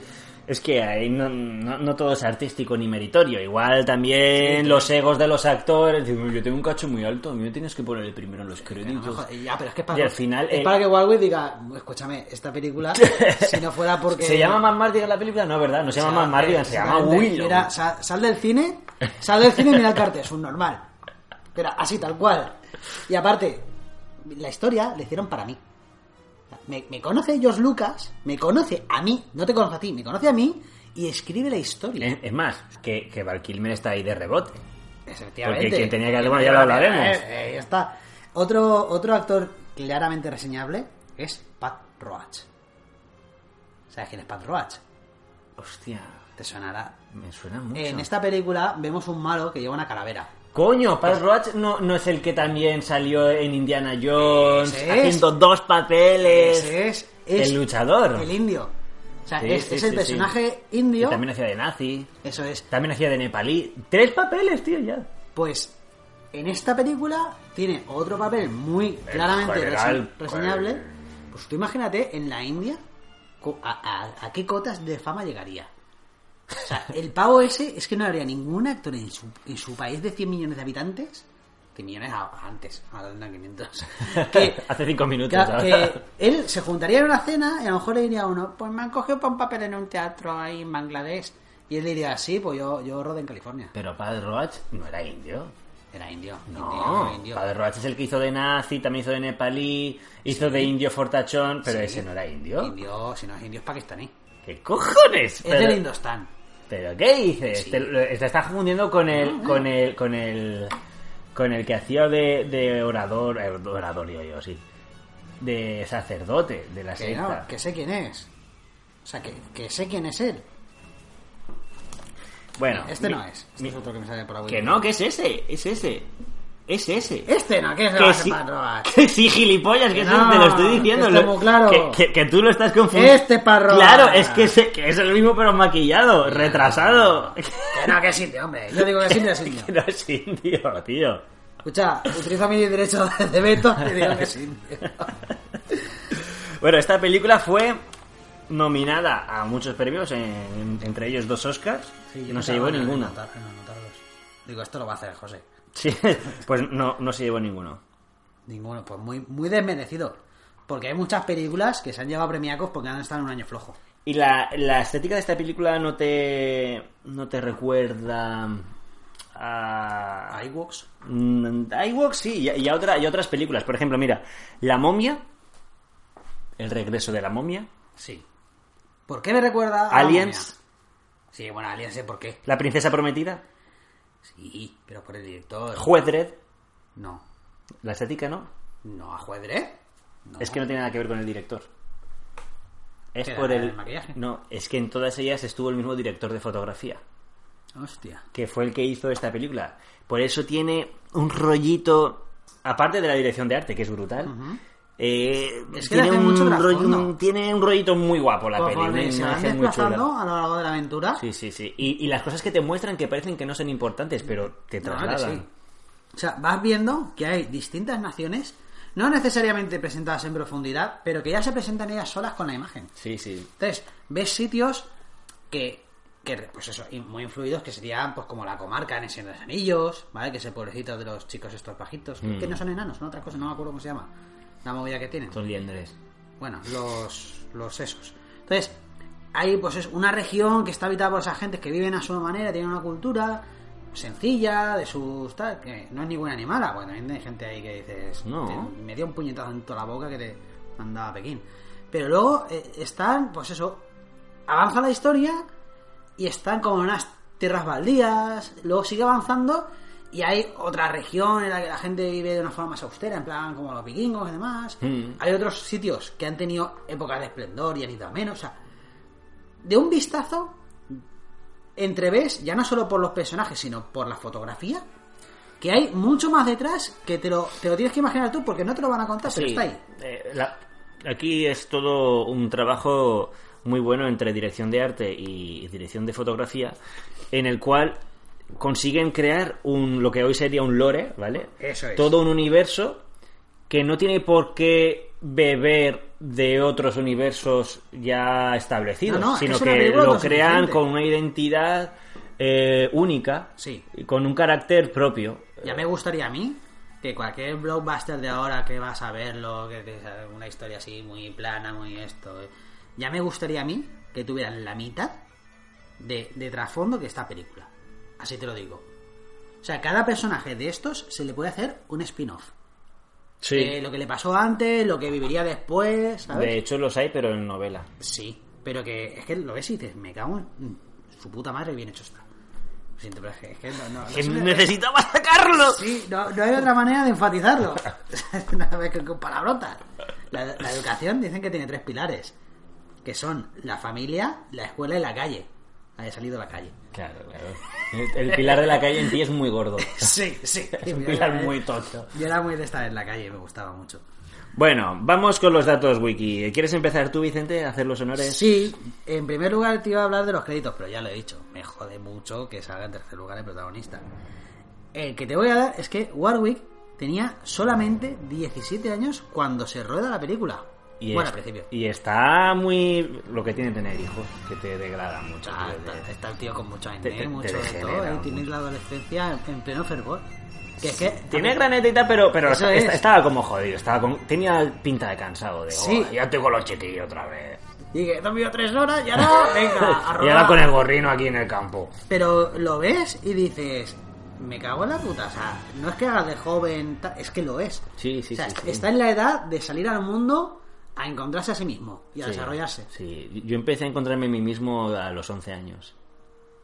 [SPEAKER 2] Es que ahí no, no- no todo es artístico ni meritorio. Igual también los egos de los actores. Dicen, yo tengo un cacho muy alto, a mí me tienes que poner el primero en los
[SPEAKER 1] No me
[SPEAKER 2] créditos.
[SPEAKER 1] jode. Ya, pero es que es para,
[SPEAKER 2] Y al final,
[SPEAKER 1] es
[SPEAKER 2] eh,
[SPEAKER 1] para que Warwick diga, escúchame, esta
[SPEAKER 2] [LAUGHS]
[SPEAKER 1] película, si no fuera porque...
[SPEAKER 2] ¿Se llama Matt Mardigan la película? No, ¿verdad? No se
[SPEAKER 1] o sea,
[SPEAKER 2] llama Matt Mardigan, se llama
[SPEAKER 1] exactamente.
[SPEAKER 2] Willow.
[SPEAKER 1] Mira, sa- sal, del cine, sal del cine y mira el cartel, es un normal. Pero así, tal cual. Y aparte, la historia la hicieron para mí. Me, me conoce George Lucas, me conoce a mí, no te conoce a ti, me conoce a mí y escribe la historia.
[SPEAKER 2] Es, es más, que, que Val Kilmer está ahí de rebote.
[SPEAKER 1] Efectivamente.
[SPEAKER 2] Porque quien tenía que hablar, ya lo hablaremos.
[SPEAKER 1] Eh, eh, ya está. Otro, otro actor claramente reseñable es Pat Roach. ¿Sabes quién es Pat Roach?
[SPEAKER 2] Hostia,
[SPEAKER 1] Te sonará.
[SPEAKER 2] me suena mucho.
[SPEAKER 1] En esta película vemos un malo que lleva una calavera.
[SPEAKER 2] Coño, Pat Roach no, no es el que también salió en Indiana Jones,
[SPEAKER 1] Ese es.
[SPEAKER 2] haciendo dos papeles.
[SPEAKER 1] Ese es, es
[SPEAKER 2] El luchador.
[SPEAKER 1] El indio. O sea,
[SPEAKER 2] Sí,
[SPEAKER 1] es,
[SPEAKER 2] sí,
[SPEAKER 1] es el
[SPEAKER 2] sí,
[SPEAKER 1] personaje
[SPEAKER 2] Y
[SPEAKER 1] indio.
[SPEAKER 2] también hacía de nazi,
[SPEAKER 1] Eso es.
[SPEAKER 2] también hacía de nepalí. Tres papeles, tío, ya.
[SPEAKER 1] Pues en esta película tiene otro papel muy claramente
[SPEAKER 2] general,
[SPEAKER 1] rese- reseñable.
[SPEAKER 2] pues-
[SPEAKER 1] Pues tú imagínate en la India co- a, a- a qué cotas de fama llegaría. O
[SPEAKER 2] [LAUGHS]
[SPEAKER 1] sea, el pavo ese es que no habría ningún actor en su, en su país de 100 millones de habitantes. 100 millones a- antes, ahora tendrán 500.
[SPEAKER 2] [LAUGHS]
[SPEAKER 1] Que,
[SPEAKER 2] Hace cinco minutos.
[SPEAKER 1] Claro,
[SPEAKER 2] ¿sabes?
[SPEAKER 1] que él se juntaría en una cena y a lo mejor le diría a uno, pues me han cogido para un papel en un teatro ahí en Bangladesh. Y él diría, sí, pues yo, yo rodé en California.
[SPEAKER 2] [LAUGHS] Pero Pat Roach no era indio.
[SPEAKER 1] Era indio.
[SPEAKER 2] No,
[SPEAKER 1] indio, indio.
[SPEAKER 2] Padre Roach es el que hizo de nazi, también hizo de nepalí, hizo de indio fortachón, pero ese no era indio.
[SPEAKER 1] Indio, si no es indio, es pakistaní.
[SPEAKER 2] ¿Qué cojones?
[SPEAKER 1] Es
[SPEAKER 2] Pero-
[SPEAKER 1] del Indostán.
[SPEAKER 2] ¿Pero qué dices?
[SPEAKER 1] Sí.
[SPEAKER 2] Te, lo- te estás confundiendo con el, con el, con el, con el que hacía de, de orador, eh, orador yo, yo, sí, de sacerdote de la
[SPEAKER 1] Que
[SPEAKER 2] secta.
[SPEAKER 1] no, que sé quién es. O sea, que, que sé quién es él.
[SPEAKER 2] Bueno,
[SPEAKER 1] este
[SPEAKER 2] mi-
[SPEAKER 1] no es. Este
[SPEAKER 2] mi-
[SPEAKER 1] es otro que me sale por la
[SPEAKER 2] que
[SPEAKER 1] wiki.
[SPEAKER 2] no, que es ese, es ese, es ese.
[SPEAKER 1] Este no, que es
[SPEAKER 2] Que
[SPEAKER 1] la
[SPEAKER 2] sí,
[SPEAKER 1] Parroach.
[SPEAKER 2] que [LAUGHS] sí, gilipollas, que,
[SPEAKER 1] Que
[SPEAKER 2] eso te lo estoy
[SPEAKER 1] no,
[SPEAKER 2] diciendo.
[SPEAKER 1] que está
[SPEAKER 2] lo-
[SPEAKER 1] muy claro.
[SPEAKER 2] que, que- que tú lo estás confundiendo.
[SPEAKER 1] Este parroa.
[SPEAKER 2] Claro, es que, se- que es el mismo pero maquillado, retrasado.
[SPEAKER 1] Que no, que es indio, hombre. [LAUGHS] Yo digo que es indio, es indio.
[SPEAKER 2] [LAUGHS] Que no es indio, tío.
[SPEAKER 1] Escucha, utiliza mi derecho de veto y digo que es
[SPEAKER 2] [LAUGHS]
[SPEAKER 1] indio.
[SPEAKER 2] Bueno, esta película fue nominada a muchos premios, en- entre ellos dos Oscars, y no se llevó ninguno.
[SPEAKER 1] Digo, esto lo va a hacer José.
[SPEAKER 2] [LAUGHS] Sí, pues no, no se llevó ninguno.
[SPEAKER 1] Ninguno, pues muy, muy desmerecido. Porque hay muchas películas que se han llevado premiacos porque han estado en un año flojo.
[SPEAKER 2] ¿Y la, la estética de esta película no te, no te recuerda a...
[SPEAKER 1] iWoks.
[SPEAKER 2] Mm, a Ewoks sí, y a, y a otra, y a otras películas. Por ejemplo, mira, La momia, El regreso de la momia,
[SPEAKER 1] Sí. ¿Por qué me recuerda a
[SPEAKER 2] Aliens,
[SPEAKER 1] Homia? Sí, bueno, Aliens sé por qué.
[SPEAKER 2] La princesa prometida,
[SPEAKER 1] Sí, pero por el director.
[SPEAKER 2] Juedred,
[SPEAKER 1] no.
[SPEAKER 2] la estética no,
[SPEAKER 1] No, a Juedre. No.
[SPEAKER 2] es que no tiene nada que ver con el director. Es
[SPEAKER 1] Era
[SPEAKER 2] por
[SPEAKER 1] el
[SPEAKER 2] el...
[SPEAKER 1] maquillaje.
[SPEAKER 2] No, es que en todas ellas estuvo el mismo director de fotografía,
[SPEAKER 1] Hostia.
[SPEAKER 2] que fue el que hizo esta película. Por eso tiene un rollito, aparte de la dirección de arte, que es brutal. eh,
[SPEAKER 1] Es que le
[SPEAKER 2] tiene,
[SPEAKER 1] hace
[SPEAKER 2] un
[SPEAKER 1] mucho
[SPEAKER 2] rollo-
[SPEAKER 1] trasfondo.
[SPEAKER 2] un- tiene un rollito muy guapo la peli, una
[SPEAKER 1] Conforme Pues, se van
[SPEAKER 2] imagen muy chula.
[SPEAKER 1] desplazando a lo largo de la aventura.
[SPEAKER 2] Sí, sí, sí. Y, y las cosas que te muestran que parecen que no son importantes, pero te
[SPEAKER 1] No, que
[SPEAKER 2] trasladan.
[SPEAKER 1] sí. O sea, vas viendo que hay distintas naciones, no necesariamente presentadas en profundidad, pero que ya se presentan ellas solas con la imagen.
[SPEAKER 2] sí, sí.
[SPEAKER 1] Entonces, ves sitios que, que, pues eso, y muy influidos, que serían pues como la comarca en el Señor de los Anillos, ¿vale? Que es el pueblecito de los chicos estos bajitos, que no son enanos, ¿no? Otra cosa, no me acuerdo cómo se llama. La movida que tienen.
[SPEAKER 2] Mm. Son liendres.
[SPEAKER 1] Bueno, los, los esos. Entonces, hay pues es una región que está habitada por esas gentes que viven a su manera, tienen una cultura sencilla, de sus tal, que no es ninguna animala, porque también hay gente ahí que dices,
[SPEAKER 2] No.
[SPEAKER 1] "Te- me dio un puñetazo en toda la boca que te mandaba a Pekín. Pero luego eh, están, pues eso, avanza la historia y están como en unas tierras baldías, luego sigue avanzando Y hay otra región en la que la gente vive de una forma más austera, en plan como los vikingos y demás.
[SPEAKER 2] Mm.
[SPEAKER 1] Hay otros sitios que han tenido épocas de esplendor y han ido a menos. O sea, de un vistazo, entreves, ya no solo por los personajes, sino por la fotografía, que hay mucho más detrás que te lo, te lo tienes que imaginar tú porque no te lo van a contar, pero
[SPEAKER 2] Sí,
[SPEAKER 1] está ahí.
[SPEAKER 2] eh, la- aquí es todo un trabajo muy bueno entre dirección de arte y dirección de fotografía, en el cual consiguen crear un lo que hoy sería un lore, ¿vale?
[SPEAKER 1] Eso es.
[SPEAKER 2] Todo un universo que no tiene por qué beber de otros universos ya establecidos,
[SPEAKER 1] No, no, es que
[SPEAKER 2] sino
[SPEAKER 1] es
[SPEAKER 2] que,
[SPEAKER 1] una película
[SPEAKER 2] lo
[SPEAKER 1] autosuficiente.
[SPEAKER 2] crean con una identidad eh, única,
[SPEAKER 1] Sí.
[SPEAKER 2] y con un carácter propio.
[SPEAKER 1] Ya me gustaría a mí que cualquier blockbuster de ahora que vas a verlo, que te sale una historia así muy plana, muy esto, eh, ya me gustaría a mí que tuvieran la mitad de, de trasfondo que esta película. Así te lo digo. O sea, cada personaje de estos se le puede hacer un spin-off.
[SPEAKER 2] Sí.
[SPEAKER 1] Eh, lo que le pasó antes, lo que viviría después, ¿sabes?
[SPEAKER 2] de hecho los hay, pero en novela.
[SPEAKER 1] Sí, pero que es que lo ves y dices, me cago en mm, su puta madre, bien hecho está. Lo siento, pero es que, es que no, no, no
[SPEAKER 2] Que
[SPEAKER 1] se me-
[SPEAKER 2] necesitaba sacarlo.
[SPEAKER 1] Sí, no, no hay otra manera de enfatizarlo. [LAUGHS] Una vez que con palabrotas. La, la educación dicen que tiene tres pilares, que son la familia, la escuela y la calle. Haya salido a la calle.
[SPEAKER 2] Claro, claro. El pilar de la calle en ti es muy gordo.
[SPEAKER 1] Sí, [LAUGHS] sí.
[SPEAKER 2] Es un pilar muy tocho.
[SPEAKER 1] Yo era muy de estar en la calle, me gustaba mucho.
[SPEAKER 2] Bueno, vamos con los datos wiki. ¿Quieres empezar tú, Vicente, a hacer los honores?
[SPEAKER 1] Sí, en primer lugar te iba a hablar de los créditos, pero ya lo he dicho. Me jode mucho que salga en tercer lugar el protagonista. El que te voy a dar es que Warwick tenía solamente 17 años cuando se rueda la película. bueno,
[SPEAKER 2] es-
[SPEAKER 1] al principio.
[SPEAKER 2] y está muy... Lo que tiene tener hijos, que te degrada mucho.
[SPEAKER 1] Ah,
[SPEAKER 2] tío,
[SPEAKER 1] está,
[SPEAKER 2] de-
[SPEAKER 1] está el tío con mucho
[SPEAKER 2] te-
[SPEAKER 1] aire,
[SPEAKER 2] te
[SPEAKER 1] mucho de
[SPEAKER 2] degenera
[SPEAKER 1] todo, ¿eh?
[SPEAKER 2] mucho.
[SPEAKER 1] tiene la adolescencia en, en pleno fervor. Que es que
[SPEAKER 2] Tiene granete y tal, pero, pero
[SPEAKER 1] Eso
[SPEAKER 2] est-
[SPEAKER 1] es.
[SPEAKER 2] estaba como jodido. estaba con- Tenía pinta de cansado. De,
[SPEAKER 1] Sí.
[SPEAKER 2] "Oh, ya estoy con los chiquillos otra vez.
[SPEAKER 1] y que he dormido tres horas y ahora,
[SPEAKER 2] [LAUGHS]
[SPEAKER 1] venga, a
[SPEAKER 2] Y ahora
[SPEAKER 1] rodar.
[SPEAKER 2] con el gorrino aquí en el campo.
[SPEAKER 1] Pero lo ves y dices, me cago en la puta, o sea, no es que haga de joven, ta- es que lo es.
[SPEAKER 2] Sí, sí,
[SPEAKER 1] o sea,
[SPEAKER 2] sí, sí.
[SPEAKER 1] está en la edad de salir al mundo a encontrarse a sí mismo y a
[SPEAKER 2] Sí,
[SPEAKER 1] desarrollarse.
[SPEAKER 2] Sí, yo empecé a encontrarme a mí mismo a los 11 años.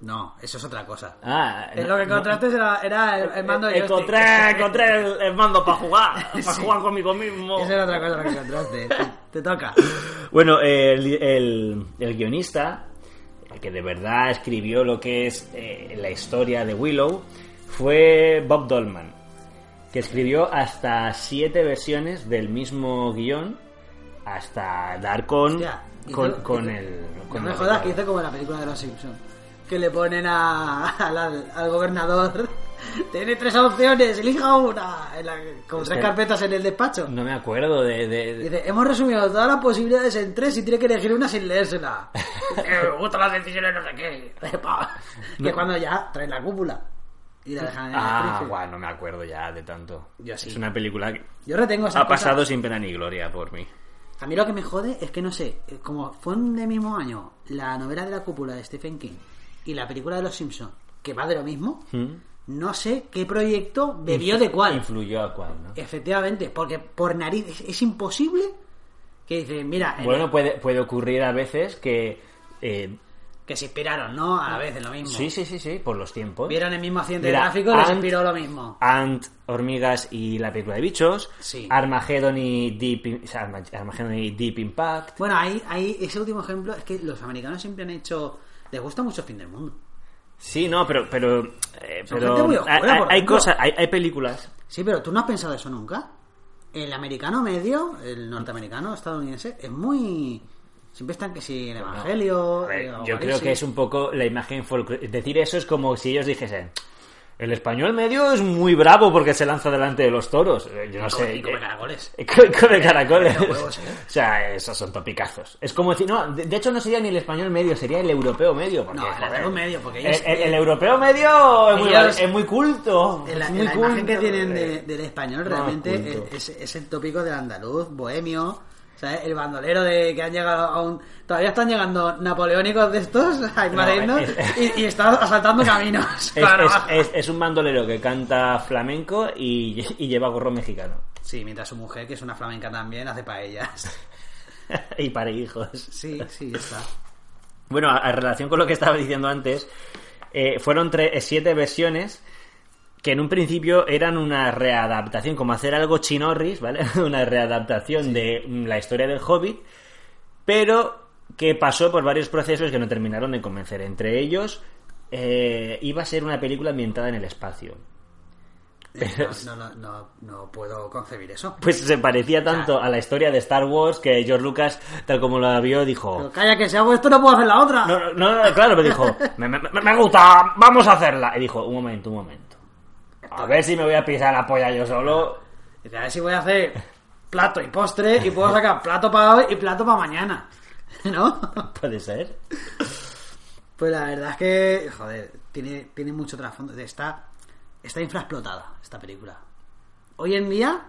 [SPEAKER 1] No, eso es otra cosa.
[SPEAKER 2] Ah,
[SPEAKER 1] Eh,
[SPEAKER 2] no-
[SPEAKER 1] lo que
[SPEAKER 2] no- eh,
[SPEAKER 1] encontraste era, era el, el mando de joystick. [LAUGHS]
[SPEAKER 2] encontré, encontré el, el mando para jugar, para
[SPEAKER 1] Sí.
[SPEAKER 2] jugar conmigo mismo.
[SPEAKER 1] Esa era otra cosa lo que encontraste. Te toca.
[SPEAKER 2] Bueno, el, el- el guionista, el que de verdad escribió lo que es eh, la historia de Willow, fue Bob Dolman, que escribió hasta siete versiones del mismo guión hasta dar con,
[SPEAKER 1] Hostia, hizo-
[SPEAKER 2] con, con
[SPEAKER 1] hizo-
[SPEAKER 2] el...
[SPEAKER 1] No
[SPEAKER 2] con
[SPEAKER 1] me
[SPEAKER 2] el
[SPEAKER 1] jodas
[SPEAKER 2] recuadro.
[SPEAKER 1] que hizo como en la película de los Simpsons. Que le ponen a, al, al- al gobernador. [LAUGHS] Tiene tres opciones, elija una. En la- con tres
[SPEAKER 2] Hostia.
[SPEAKER 1] carpetas en el despacho.
[SPEAKER 2] No me acuerdo de... de- de-
[SPEAKER 1] Dice, hemos resumido todas las posibilidades en tres y tiene que elegir una sin
[SPEAKER 2] [LAUGHS]
[SPEAKER 1] leérsela. Eh, me gustan las decisiones, no sé qué. Pa. que
[SPEAKER 2] No.
[SPEAKER 1] cuando ya traen la cúpula. Y la dejan en el
[SPEAKER 2] Ah,
[SPEAKER 1] Springfield.
[SPEAKER 2] guau, no me acuerdo ya de tanto.
[SPEAKER 1] Yo sí. pues
[SPEAKER 2] Es una película que
[SPEAKER 1] Yo retengo esa
[SPEAKER 2] ha pasado sin pena ni gloria por mí.
[SPEAKER 1] A mí lo que me jode es que no sé, eh, como fue en el mismo año la novela de la cúpula de Stephen King y la película de los Simpsons, que va de lo mismo, no sé qué proyecto bebió de cuál.
[SPEAKER 2] Influyó a cuál,
[SPEAKER 1] Eh,
[SPEAKER 2] ¿no?
[SPEAKER 1] Efectivamente, porque por nariz es, es imposible que dicen, mira, en-
[SPEAKER 2] Bueno, puede, puede ocurrir a veces que... eh,
[SPEAKER 1] que se inspiraron, ¿no? A la vez en lo mismo.
[SPEAKER 2] sí, sí, sí, sí, por los tiempos.
[SPEAKER 1] Vieron el mismo accidente
[SPEAKER 2] Mira,
[SPEAKER 1] gráfico y les
[SPEAKER 2] Ant-
[SPEAKER 1] inspiró lo mismo.
[SPEAKER 2] Ant, Hormigas y la película de bichos.
[SPEAKER 1] Sí.
[SPEAKER 2] Armageddon y Deep, In- o sea, Arma- Armageddon y Deep Impact.
[SPEAKER 1] Bueno, ahí, ahí ese último ejemplo es que los americanos siempre han hecho... Les gusta mucho Fin del Mundo.
[SPEAKER 2] Sí, no, pero... pero, eh,
[SPEAKER 1] Son
[SPEAKER 2] pero
[SPEAKER 1] gente muy oscura,
[SPEAKER 2] hay, hay-
[SPEAKER 1] por
[SPEAKER 2] hay
[SPEAKER 1] ejemplo.
[SPEAKER 2] cosas, hay, hay películas.
[SPEAKER 1] Sí, pero tú no has pensado eso nunca. El americano medio, el norteamericano, estadounidense, es muy. Siempre están que si el evangelio.
[SPEAKER 2] A ver,
[SPEAKER 1] eh, o
[SPEAKER 2] yo creo
[SPEAKER 1] Parisi.
[SPEAKER 2] que es un poco la imagen folclórica. Decir eso es como si ellos dijesen. El español medio es muy bravo porque se lanza delante de los toros. Eh, Yo no
[SPEAKER 1] Y
[SPEAKER 2] sé.
[SPEAKER 1] come- y come caracoles.
[SPEAKER 2] Eh, co- come caracoles.
[SPEAKER 1] Pero huevos, ¿eh?
[SPEAKER 2] [LAUGHS] O sea, esos son topicazos. Es como decir, no, de, de hecho no sería ni el español medio, sería el europeo medio. porque,
[SPEAKER 1] No, el
[SPEAKER 2] joder,
[SPEAKER 1] europeo medio, porque
[SPEAKER 2] el,
[SPEAKER 1] ellos-
[SPEAKER 2] el- el europeo medio es muy,
[SPEAKER 1] Ellos-
[SPEAKER 2] es muy culto.
[SPEAKER 1] La,
[SPEAKER 2] es muy
[SPEAKER 1] la imagen
[SPEAKER 2] culto.
[SPEAKER 1] que tienen de-
[SPEAKER 2] Eh,
[SPEAKER 1] del español
[SPEAKER 2] No,
[SPEAKER 1] realmente
[SPEAKER 2] culto.
[SPEAKER 1] es, es- es el tópico del andaluz, bohemio. ¿sabes? El bandolero de que han llegado a un. Todavía están llegando napoleónicos de estos [LAUGHS] a invadirnos
[SPEAKER 2] es-
[SPEAKER 1] y, y están asaltando caminos.
[SPEAKER 2] [LAUGHS] Es,
[SPEAKER 1] [LAUGHS] Claro.
[SPEAKER 2] es- es- es un bandolero que canta flamenco y, [LAUGHS] y lleva gorro mexicano. [LAUGHS]
[SPEAKER 1] Sí, mientras su mujer, que es una flamenca también, hace paellas. [LAUGHS]
[SPEAKER 2] y para hijos.
[SPEAKER 1] Sí, sí, ya está.
[SPEAKER 2] Bueno, a- en relación con lo que estaba diciendo antes, eh, fueron tres, siete eh, versiones que en un principio eran una readaptación, como hacer algo chinorris, ¿vale? [LAUGHS] una readaptación de mm, la historia del Hobbit, pero que pasó por varios procesos que no terminaron de convencer. Entre ellos, eh, iba a ser una película ambientada en el espacio.
[SPEAKER 1] Eh, No, no, no, no puedo concebir eso.
[SPEAKER 2] Pues se parecía tanto a la historia de Star Wars que George Lucas, tal como la vio, dijo...
[SPEAKER 1] Pero calla, que si hago esto no puedo hacer la otra.
[SPEAKER 2] No, no, no, no, claro, me dijo, me, me- me gusta, vamos a hacerla. Y dijo, un momento, un momento. A ver si me voy a pisar la polla yo solo.
[SPEAKER 1] Dice, a ver si voy a hacer plato y postre y puedo sacar plato para hoy y plato para mañana. [LAUGHS] ¿No?
[SPEAKER 2] Puede ser.
[SPEAKER 1] Pues la verdad es que, joder, tiene, tiene mucho trasfondo. Está, está infraexplotada esta película. Hoy en día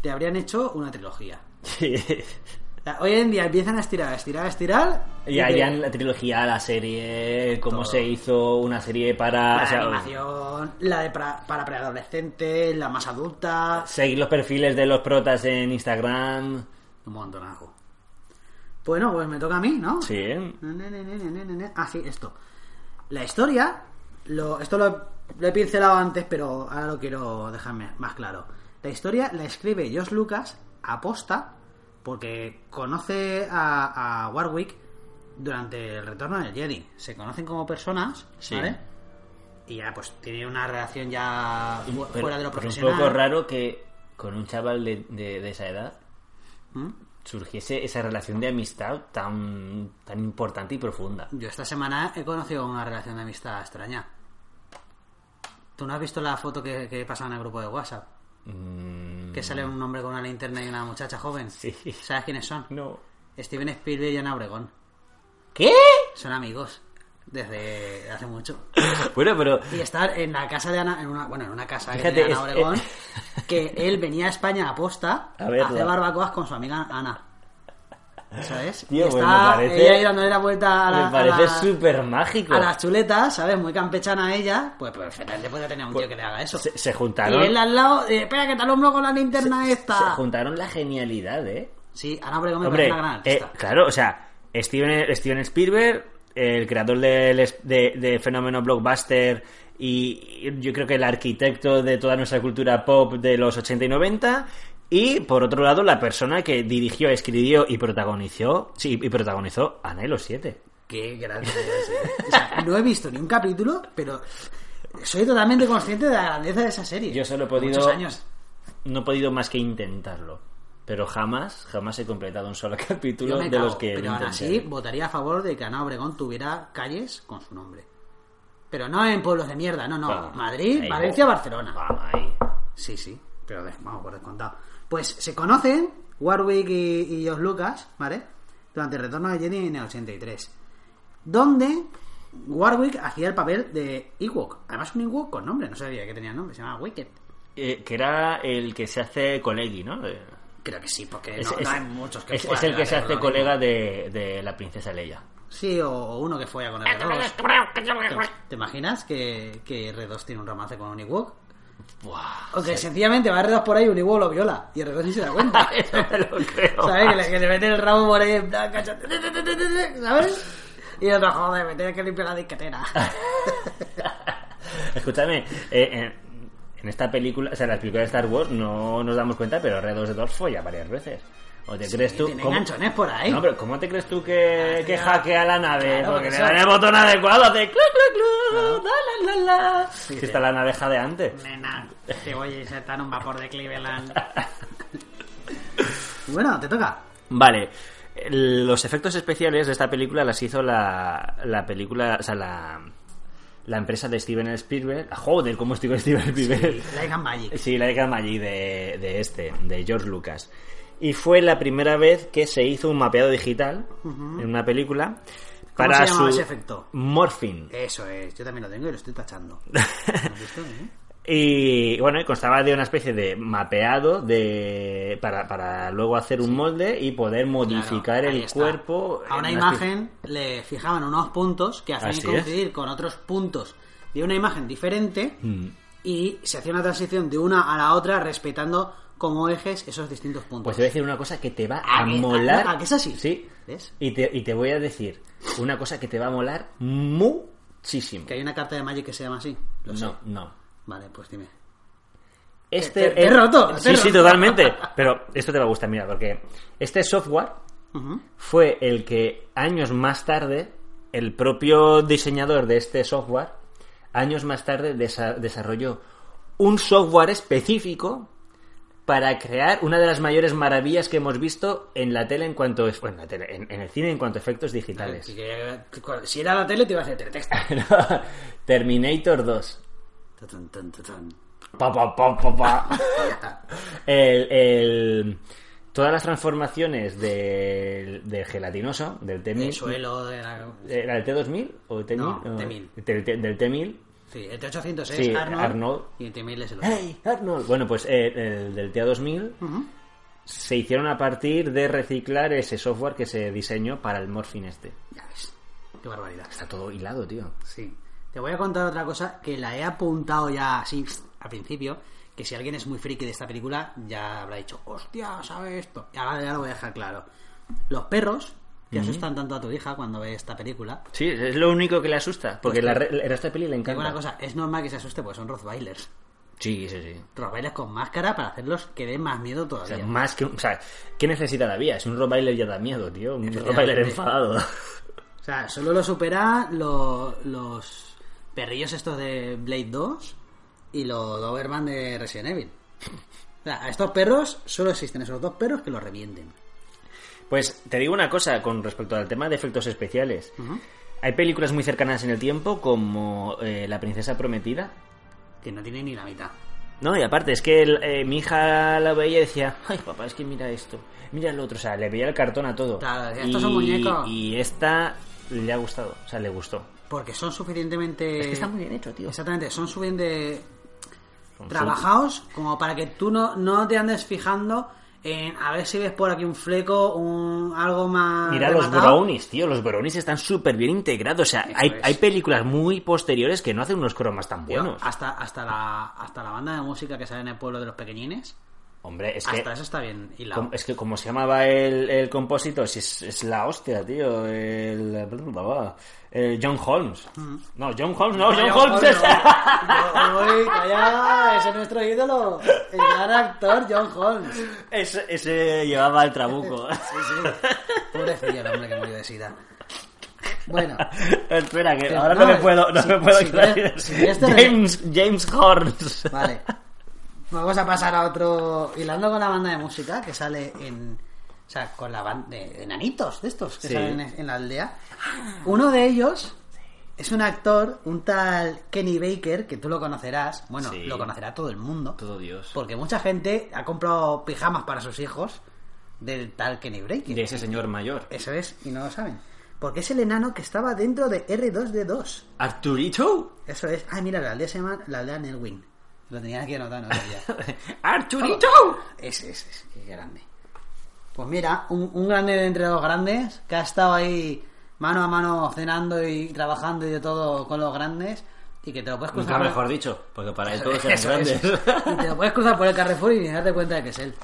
[SPEAKER 1] te habrían hecho una trilogía.
[SPEAKER 2] Sí.
[SPEAKER 1] O sea, Hoy en día empiezan a estirar, a estirar, a estirar.
[SPEAKER 2] Y
[SPEAKER 1] te-
[SPEAKER 2] harían la trilogía, la serie, cómo
[SPEAKER 1] Todo.
[SPEAKER 2] se hizo una serie para...
[SPEAKER 1] La
[SPEAKER 2] o sea,
[SPEAKER 1] de animación, la de pra- para preadolescentes, la más adulta.
[SPEAKER 2] seguir los perfiles de los protas en Instagram.
[SPEAKER 1] Un montonazo. Bueno, pues me toca a mí, ¿no?
[SPEAKER 2] Sí.
[SPEAKER 1] Ne, ne, ne, ne, ne, ne, ne. Ah, sí, esto. La historia, lo, esto lo, lo he pincelado antes, pero ahora lo quiero dejarme más claro. La historia la escribe Josh Lucas aposta porque conoce a, a Warwick durante el retorno del Jedi. Se conocen como personas,
[SPEAKER 2] Sí.
[SPEAKER 1] ¿vale? Y ya, pues tiene una relación ya fu-
[SPEAKER 2] Pero-
[SPEAKER 1] fuera de lo
[SPEAKER 2] pero
[SPEAKER 1] profesional.
[SPEAKER 2] un poco raro que con un chaval de, de- de esa edad
[SPEAKER 1] ¿Mm?
[SPEAKER 2] surgiese esa relación de amistad tan, tan importante y profunda.
[SPEAKER 1] Yo esta semana he conocido una relación de amistad extraña. ¿Tú no has visto la foto que, que he pasado en el grupo de WhatsApp?
[SPEAKER 2] Mm,
[SPEAKER 1] Que sale un hombre con una linterna y una muchacha joven.
[SPEAKER 2] Sí.
[SPEAKER 1] ¿Sabes quiénes son?
[SPEAKER 2] No.
[SPEAKER 1] Steven Spielberg y Ana Obregón.
[SPEAKER 2] ¿Qué?
[SPEAKER 1] Son amigos desde hace mucho.
[SPEAKER 2] Bueno, pero...
[SPEAKER 1] Y estar en la casa de Ana, en una, bueno, en una casa
[SPEAKER 2] Fíjate,
[SPEAKER 1] que tenía
[SPEAKER 2] es-
[SPEAKER 1] Ana
[SPEAKER 2] [LAUGHS]
[SPEAKER 1] Obregón,
[SPEAKER 2] eh.
[SPEAKER 1] que él venía a España a posta
[SPEAKER 2] A
[SPEAKER 1] a,
[SPEAKER 2] verla.
[SPEAKER 1] hacer barbacoas con su amiga Ana. ¿Sabes?
[SPEAKER 2] Tío,
[SPEAKER 1] y
[SPEAKER 2] pues me
[SPEAKER 1] está
[SPEAKER 2] parece-
[SPEAKER 1] ella ahí dándole la vuelta a la,
[SPEAKER 2] me parece
[SPEAKER 1] a la-
[SPEAKER 2] súper mágico.
[SPEAKER 1] a las chuletas, ¿sabes? Muy campechana ella, pues perfectamente puede tener un tío que le haga eso.
[SPEAKER 2] Pues Se, se
[SPEAKER 1] Y
[SPEAKER 2] juntaron...
[SPEAKER 1] él al lado, eh, espera que te alumbro con la linterna esta.
[SPEAKER 2] Se juntaron la genialidad, ¿eh?
[SPEAKER 1] Sí, Ana Obregón me
[SPEAKER 2] Hombre,
[SPEAKER 1] parece una gran
[SPEAKER 2] eh,
[SPEAKER 1] artista.
[SPEAKER 2] claro, o sea, Steven, Steven Spielberg, el creador del es- de, de fenómeno blockbuster y y yo creo que el arquitecto de toda nuestra cultura pop de los 80 y 90 y por otro lado la persona que dirigió, escribió y protagonizó, sí, y protagonizó Anhelo 7.
[SPEAKER 1] Qué grande es, eh. [LAUGHS] O sea, no he visto ni un capítulo, pero soy totalmente consciente de la grandeza de esa serie.
[SPEAKER 2] Yo solo he
[SPEAKER 1] Por
[SPEAKER 2] podido-
[SPEAKER 1] Muchos años.
[SPEAKER 2] No he podido más que intentarlo, pero jamás, jamás he completado un solo [LAUGHS] capítulo
[SPEAKER 1] Yo me
[SPEAKER 2] de
[SPEAKER 1] cago,
[SPEAKER 2] los que
[SPEAKER 1] pero aún
[SPEAKER 2] intenté.
[SPEAKER 1] así votaría a favor de que Ana Obregón tuviera calles con su nombre. Pero no en pueblos de mierda, no, no.
[SPEAKER 2] Vamos,
[SPEAKER 1] Madrid,
[SPEAKER 2] ahí,
[SPEAKER 1] Valencia,
[SPEAKER 2] vamos.
[SPEAKER 1] Barcelona.
[SPEAKER 2] Vamos ahí.
[SPEAKER 1] Sí, sí, pero de- vamos por descontado. Pues se conocen Warwick y, y Josh Lucas, ¿vale? Durante el retorno de Jenny en el 83. Donde Warwick hacía el papel de Ewok. Además, un Ewok con nombre, no sabía que tenía nombre, se llamaba Wicked.
[SPEAKER 2] Eh, que era el que se hace colegi, ¿no? Eh,
[SPEAKER 1] Creo que sí, porque
[SPEAKER 2] Es,
[SPEAKER 1] Eh, no,
[SPEAKER 2] es-
[SPEAKER 1] no hay muchos que
[SPEAKER 2] es-
[SPEAKER 1] puedan
[SPEAKER 2] es el que se hace
[SPEAKER 1] hacerlo,
[SPEAKER 2] colega de, de la princesa Leia.
[SPEAKER 1] ¿no? Sí, o, o uno que folla con el R2. ¿Te imaginas que, que R2 tiene un romance con un Ewok?
[SPEAKER 2] Buah. [LAUGHS]
[SPEAKER 1] O que sencillamente va R2 por ahí, un Ewok lo viola y R2 ni se da
[SPEAKER 2] [LAUGHS]
[SPEAKER 1] cuenta.
[SPEAKER 2] Eso me lo creo.
[SPEAKER 1] ¿Sabes?
[SPEAKER 2] [LAUGHS]
[SPEAKER 1] Que le, que le meten el rabo por ahí en plan, cachate, te, te, te, te, te, ¿sabes? Y otro, joder, me tenía que limpiar la disquetera.
[SPEAKER 2] Escúchame, eh, en, en esta película, o sea, en las películas de Star Wars no nos damos cuenta, pero R2 de 2 folla varias veces. ¿O te crees [LAUGHS] tú?
[SPEAKER 1] Tiene ganchones por ahí.
[SPEAKER 2] No, pero ¿cómo te crees tú que, que hackea la
[SPEAKER 1] ¿Eh?
[SPEAKER 2] nave?
[SPEAKER 1] Ah, Claro,
[SPEAKER 2] Porque
[SPEAKER 1] que
[SPEAKER 2] le
[SPEAKER 1] eso-
[SPEAKER 2] dan el botón adecuado, hace clu, clu, clu, la, la, la, la. Si está la nave jadeante.
[SPEAKER 1] Nena, te voy a insertar un vapor de
[SPEAKER 2] [LAUGHS]
[SPEAKER 1] Cleveland. bueno, te toca.
[SPEAKER 2] Vale. El- Los efectos especiales de esta película las hizo la, la película, o sea, la, la empresa de Steven Spielberg. Ah, Joder, ¿cómo estoy con Steven Spielberg?
[SPEAKER 1] Like and Magic.
[SPEAKER 2] Sí, la de Camallí de, de este, de George Lucas. Y fue la primera vez que se hizo un mapeado digital en una película
[SPEAKER 1] ¿Cómo se
[SPEAKER 2] para
[SPEAKER 1] llamaba
[SPEAKER 2] su
[SPEAKER 1] ese efecto? Eh,
[SPEAKER 2] Morphin.
[SPEAKER 1] Eso es, yo también lo tengo y lo estoy
[SPEAKER 2] [LAUGHS]
[SPEAKER 1] tachando. ¿Has visto, eh?
[SPEAKER 2] Y bueno, y constaba de una especie de mapeado de para, para luego hacer un molde y poder modificar
[SPEAKER 1] Claro, ahí
[SPEAKER 2] el
[SPEAKER 1] está.
[SPEAKER 2] cuerpo.
[SPEAKER 1] A
[SPEAKER 2] en
[SPEAKER 1] una
[SPEAKER 2] especie-
[SPEAKER 1] imagen le fijaban unos puntos que hacían
[SPEAKER 2] Así
[SPEAKER 1] coincidir con otros puntos de una imagen diferente
[SPEAKER 2] Mm.
[SPEAKER 1] y se hacía una transición de una a la otra respetando como ejes esos distintos puntos.
[SPEAKER 2] Pues te voy a decir una cosa que te va
[SPEAKER 1] ¿A
[SPEAKER 2] a,
[SPEAKER 1] Ah, que- a-
[SPEAKER 2] molar.
[SPEAKER 1] a que es así?
[SPEAKER 2] Sí.
[SPEAKER 1] ¿Ves?
[SPEAKER 2] Y te, y te voy a decir una cosa que te va a molar muchísimo.
[SPEAKER 1] Que hay una carta de Magic que se llama así. Lo sé.
[SPEAKER 2] No, no.
[SPEAKER 1] Vale, pues dime.
[SPEAKER 2] Este
[SPEAKER 1] Te- te he roto, te he
[SPEAKER 2] Sí, sí,
[SPEAKER 1] roto.
[SPEAKER 2] totalmente. Pero esto te va a gustar, mira, porque este software
[SPEAKER 1] Ujú.
[SPEAKER 2] fue el que años más tarde, el propio diseñador de este software, años más tarde desa- desarrolló un software específico para crear una de las mayores maravillas que hemos visto en la tele en cuanto es, bueno, en, la tele, en- en el cine en cuanto a efectos digitales.
[SPEAKER 1] Que- que- que- Si era la tele, te iba a hacer teletexto.
[SPEAKER 2] [LAUGHS] Terminator 2.
[SPEAKER 1] Ta, tan, tan, ta, tan.
[SPEAKER 2] Pa, pa, pa, pa, [LAUGHS] pa.
[SPEAKER 1] Ya está.
[SPEAKER 2] El- el- todas las transformaciones del, del gelatinoso, del eh,
[SPEAKER 1] El
[SPEAKER 2] T1000.
[SPEAKER 1] suelo de la...
[SPEAKER 2] ¿Era el T2000 o el T1000?
[SPEAKER 1] No,
[SPEAKER 2] No,
[SPEAKER 1] T1000.
[SPEAKER 2] del T- del T1000.
[SPEAKER 1] Sí, el T800 es
[SPEAKER 2] Sí,
[SPEAKER 1] Arnold,
[SPEAKER 2] Arnold. Eh.
[SPEAKER 1] y el T1000 es el otro.
[SPEAKER 2] ¡Hey, Arnold! Bueno, pues eh, el del T2000
[SPEAKER 1] Ujú.
[SPEAKER 2] se hicieron a partir de reciclar ese software que se diseñó para el Morphin este.
[SPEAKER 1] Ya ves. Qué barbaridad.
[SPEAKER 2] Está todo hilado, tío.
[SPEAKER 1] Sí. Te voy a contar otra cosa que la he apuntado ya así al principio, que si alguien es muy friki de esta película ya habrá dicho, hostia, sabe esto. Y ahora ya lo voy a dejar claro. Los perros que asustan tanto a tu hija cuando ve esta película.
[SPEAKER 2] Sí, es lo único que le asusta, porque
[SPEAKER 1] Pues
[SPEAKER 2] la,
[SPEAKER 1] sí.
[SPEAKER 2] re- el resto de peli le
[SPEAKER 1] Te digo
[SPEAKER 2] encanta.
[SPEAKER 1] una cosa, es normal que se asuste porque son Rottweilers.
[SPEAKER 2] Sí, sí, sí.
[SPEAKER 1] Rottweilers con máscara para hacerlos que den más miedo
[SPEAKER 2] O sea,
[SPEAKER 1] todavía.
[SPEAKER 2] más que un- o sea, ¿qué necesita la vía? Es un Rottweiler ya da miedo, tío. Un
[SPEAKER 1] Efectivamente.
[SPEAKER 2] Rottweiler enfadado. [LAUGHS]
[SPEAKER 1] O sea, solo lo supera lo- los perrillos estos de Blade 2 y los Doberman de Resident Evil. O sea, a estos perros solo existen esos dos perros que los revienten.
[SPEAKER 2] Pues te digo una cosa con respecto al tema de efectos especiales. Hay películas muy cercanas en el tiempo como eh, La princesa prometida.
[SPEAKER 1] Que no tienen ni la mitad.
[SPEAKER 2] No, y aparte es que el- eh, mi hija la veía y decía, ay papá, es que mira esto, mira lo otro, o sea, le veía el cartón a todo.
[SPEAKER 1] Claro, decía, "Estos son muñecos".
[SPEAKER 2] Y esta le ha gustado, o sea, le gustó.
[SPEAKER 1] Porque son suficientemente.
[SPEAKER 2] es que está muy bien hecho, tío.
[SPEAKER 1] Exactamente, son suficientemente
[SPEAKER 2] Son
[SPEAKER 1] trabajados como para que tú no, no te andes fijando en a ver si ves por aquí un fleco, un algo más.
[SPEAKER 2] Mira los
[SPEAKER 1] rematado.
[SPEAKER 2] brownies, tío, los brownies están súper bien integrados, o sea, hay,
[SPEAKER 1] es.
[SPEAKER 2] hay películas muy posteriores que no hacen unos cromas tan
[SPEAKER 1] Tío,
[SPEAKER 2] buenos.
[SPEAKER 1] Hasta, hasta, la, hasta la banda de música que sale en el pueblo de los pequeñines.
[SPEAKER 2] Hombre, es que...
[SPEAKER 1] Hasta eso está bien hilado.
[SPEAKER 2] Com- Es que como se llamaba el, el compósito, si es, es la hostia, tío. El, el John Holmes.
[SPEAKER 1] Mm.
[SPEAKER 2] No, John Holmes, no, John,
[SPEAKER 1] oh,
[SPEAKER 2] Holmes. es-
[SPEAKER 1] Uy, calla, ese es nuestro ídolo. El gran actor John Holmes.
[SPEAKER 2] [LAUGHS] Ese, ese llevaba el trabuco.
[SPEAKER 1] [LAUGHS] Sí, sí. Pobrecillo el hombre que murió de sida. Bueno.
[SPEAKER 2] [LAUGHS] Espera, que
[SPEAKER 1] Pero
[SPEAKER 2] ahora
[SPEAKER 1] no,
[SPEAKER 2] no me
[SPEAKER 1] es-
[SPEAKER 2] puedo, no
[SPEAKER 1] si-
[SPEAKER 2] me puedo
[SPEAKER 1] si
[SPEAKER 2] aclarar.
[SPEAKER 1] quieres- si quieres te re-
[SPEAKER 2] James,
[SPEAKER 1] [LAUGHS]
[SPEAKER 2] James Horns.
[SPEAKER 1] Vale. Vamos a pasar a otro. Hilando con la banda de música que sale en. O sea, con la banda de enanitos de estos que
[SPEAKER 2] Sí.
[SPEAKER 1] salen en, en la aldea. Uno de ellos es un actor, un tal Kenny Baker, que tú lo conocerás. Bueno,
[SPEAKER 2] Sí.
[SPEAKER 1] lo conocerá todo el mundo.
[SPEAKER 2] Todo Dios.
[SPEAKER 1] Porque mucha gente ha comprado pijamas para sus hijos del tal Kenny Baker.
[SPEAKER 2] De ese señor mayor.
[SPEAKER 1] Eso es, y no lo saben. Porque es el enano que estaba dentro de R2D2.
[SPEAKER 2] ¿Arturito?
[SPEAKER 1] Eso es. Ah, mira, la aldea se llama la aldea Nelwyn. Lo tenía aquí anotado, no sabía. [LAUGHS]
[SPEAKER 2] ¡Arturito!
[SPEAKER 1] Ese, ese, ese, qué grande. Pues mira, un, un grande de entre los grandes que ha estado ahí mano a mano cenando y trabajando y de todo con los grandes y que te lo puedes cruzar.
[SPEAKER 2] Nunca
[SPEAKER 1] por-
[SPEAKER 2] mejor dicho, porque para él todos eran
[SPEAKER 1] Eso es.
[SPEAKER 2] grandes. [LAUGHS]
[SPEAKER 1] Y te lo puedes cruzar por el Carrefour y ni darte cuenta de que es él.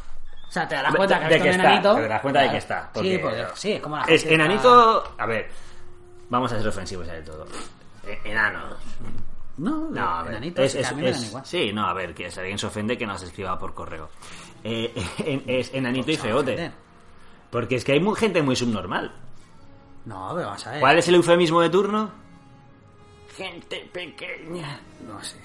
[SPEAKER 1] O sea, te darás
[SPEAKER 2] De-
[SPEAKER 1] cuenta
[SPEAKER 2] de-
[SPEAKER 1] que,
[SPEAKER 2] de que
[SPEAKER 1] es un
[SPEAKER 2] está,
[SPEAKER 1] enanito.
[SPEAKER 2] te darás cuenta de que está, porque-
[SPEAKER 1] Sí, porque sí, es como la
[SPEAKER 2] Es
[SPEAKER 1] gente está-
[SPEAKER 2] enanito. A ver, vamos a ser ofensivos ya de todo. E- Enano.
[SPEAKER 1] No,
[SPEAKER 2] No, a ver.
[SPEAKER 1] enanito.
[SPEAKER 2] es-
[SPEAKER 1] sí, que
[SPEAKER 2] es-
[SPEAKER 1] a mí me
[SPEAKER 2] es-
[SPEAKER 1] dan igual.
[SPEAKER 2] sí, no, a ver, que si alguien se ofende que nos escriba por correo. Eh, [LAUGHS] en- es enanito y feote. Porque es que hay mu- gente muy subnormal.
[SPEAKER 1] No, pero vamos a ver.
[SPEAKER 2] ¿Cuál es el eufemismo de turno? Gente pequeña.
[SPEAKER 1] No sé.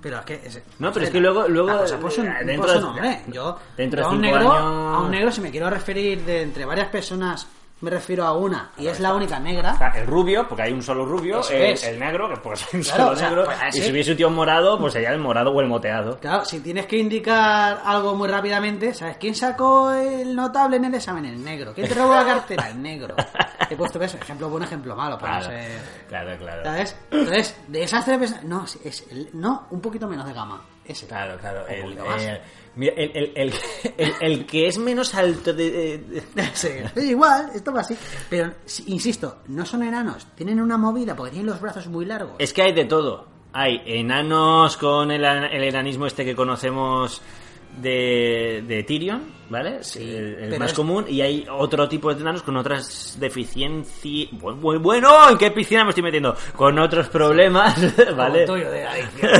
[SPEAKER 1] Pero es que. es-
[SPEAKER 2] No, pero es
[SPEAKER 1] espera,
[SPEAKER 2] que luego- luego-
[SPEAKER 1] la cosa por su-
[SPEAKER 2] eh, dentro
[SPEAKER 1] por su
[SPEAKER 2] de-
[SPEAKER 1] nombre. Yo.
[SPEAKER 2] dentro de
[SPEAKER 1] yo a un
[SPEAKER 2] cinco
[SPEAKER 1] negro,
[SPEAKER 2] años-
[SPEAKER 1] A un negro, si me quiero referir de entre varias personas, me refiero a una y es la única negra.
[SPEAKER 2] Está el rubio, porque hay un solo rubio.
[SPEAKER 1] Eso
[SPEAKER 2] El,
[SPEAKER 1] es.
[SPEAKER 2] el negro, que porque hay un
[SPEAKER 1] Claro,
[SPEAKER 2] solo
[SPEAKER 1] o sea,
[SPEAKER 2] negro.
[SPEAKER 1] pues así-
[SPEAKER 2] y si hubiese un tío morado, pues sería el morado o el moteado.
[SPEAKER 1] Claro, si tienes que indicar algo muy rápidamente, ¿sabes? ¿Quién sacó el notable en el examen? El negro. ¿Quién te robó la cartera? El negro. He puesto eso. Ejemplo bueno, ejemplo malo. Para no
[SPEAKER 2] Claro,
[SPEAKER 1] ser-
[SPEAKER 2] claro, claro.
[SPEAKER 1] ¿Sabes? Entonces, de esas tres personas. No, sí, es el- no, un poquito menos de gama. Ese.
[SPEAKER 2] Claro, claro.
[SPEAKER 1] Un
[SPEAKER 2] El,
[SPEAKER 1] poquito más.
[SPEAKER 2] el- mira, el, el- el- [LAUGHS] el- el que es menos alto de... de- de-
[SPEAKER 1] [LAUGHS] Sí, es igual, esto va así. Pero, s- insisto, no son enanos, tienen una movida porque tienen los brazos muy largos.
[SPEAKER 2] Es que hay de todo. Hay enanos con el, ana- el enanismo este que conocemos de, de Tyrion, ¿vale?
[SPEAKER 1] Sí,
[SPEAKER 2] el el
[SPEAKER 1] pero
[SPEAKER 2] más
[SPEAKER 1] es-
[SPEAKER 2] común. Y hay otro tipo de enanos con otras deficiencias... Bueno, bueno, bueno, ¿en qué piscina me estoy metiendo? Con otros problemas,
[SPEAKER 1] Como
[SPEAKER 2] [LAUGHS] ¿vale?
[SPEAKER 1] el tuyo de la adicción.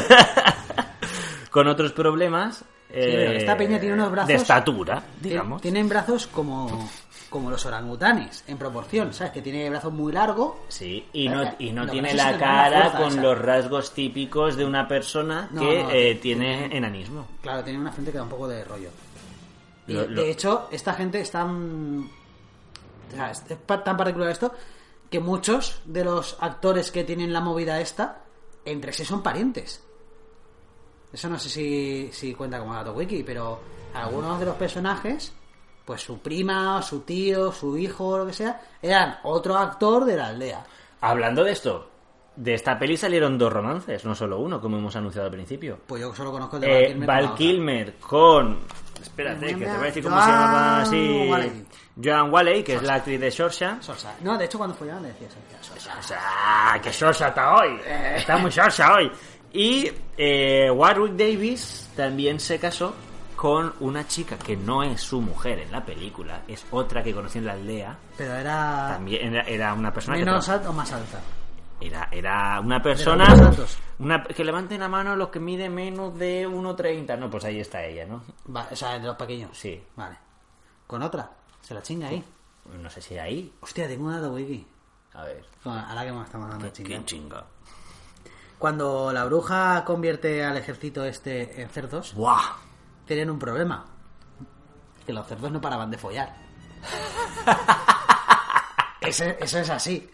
[SPEAKER 2] con otros problemas. eh,
[SPEAKER 1] pero esta peña tiene unos brazos-
[SPEAKER 2] De estatura,
[SPEAKER 1] Ti-
[SPEAKER 2] digamos.
[SPEAKER 1] Tienen brazos como, como los orangutanes, en proporción, ¿sabes? Que tiene brazos muy largos.
[SPEAKER 2] Sí, y no,
[SPEAKER 1] Eh,
[SPEAKER 2] y no
[SPEAKER 1] lo que
[SPEAKER 2] tiene
[SPEAKER 1] pasa es
[SPEAKER 2] la
[SPEAKER 1] que tiene una
[SPEAKER 2] cara
[SPEAKER 1] fuerza
[SPEAKER 2] con
[SPEAKER 1] esa.
[SPEAKER 2] los rasgos típicos de una persona
[SPEAKER 1] No,
[SPEAKER 2] que
[SPEAKER 1] no,
[SPEAKER 2] eh,
[SPEAKER 1] ti-
[SPEAKER 2] tiene enanismo.
[SPEAKER 1] Claro, tiene una frente que da un poco de rollo. Y,
[SPEAKER 2] Lo- lo-
[SPEAKER 1] De hecho, esta gente está... mm, o sea, es es pa- tan particular esto que muchos de los actores que tienen la movida esta, entre sí son parientes. Eso no sé si, si cuenta como dato wiki, pero algunos de los personajes, pues su prima, su tío, su hijo, lo que sea, eran otro actor de la aldea.
[SPEAKER 2] Hablando de esto, de esta peli salieron dos romances, no solo uno, como hemos anunciado al principio.
[SPEAKER 1] Pues yo solo conozco el de
[SPEAKER 2] Eh,
[SPEAKER 1] Val Kilmer con la
[SPEAKER 2] Val
[SPEAKER 1] otra.
[SPEAKER 2] Kilmer con. Espérate, que te voy a decir cómo se
[SPEAKER 1] Joan
[SPEAKER 2] llama así.
[SPEAKER 1] Walley.
[SPEAKER 2] Joan Walley, que es la actriz de Shorsa.
[SPEAKER 1] Sorsa. No, de hecho cuando follaban le decía Sorsa. Sorsa.
[SPEAKER 2] Shorsa, que Shorsa está hoy. Está muy Shorsa hoy. Y eh, Warwick Davis también se casó con una chica que no es su mujer en la película, es otra que conocí en la aldea.
[SPEAKER 1] Pero era
[SPEAKER 2] También era, era una persona que
[SPEAKER 1] menos
[SPEAKER 2] tra-
[SPEAKER 1] alta o más alta.
[SPEAKER 2] era, era una
[SPEAKER 1] Pero
[SPEAKER 2] persona
[SPEAKER 1] unos altos.
[SPEAKER 2] una, que levanten la mano los que miden menos de 1,30. No, pues ahí está ella, ¿no?
[SPEAKER 1] Va- o sea, de los pequeños.
[SPEAKER 2] Sí.
[SPEAKER 1] Vale. Con otra. Se la chinga ahí.
[SPEAKER 2] No sé si ahí.
[SPEAKER 1] Oh. Hostia, tengo una de wiki.
[SPEAKER 2] A ver.
[SPEAKER 1] Bueno, ahora que me estamos dando de chingar.
[SPEAKER 2] ¿Quién chinga?
[SPEAKER 1] Cuando la bruja convierte al ejército este en cerdos,
[SPEAKER 2] ¡Buah!
[SPEAKER 1] tienen un problema. Que los cerdos no paraban de follar. [LAUGHS] eso, eso es así.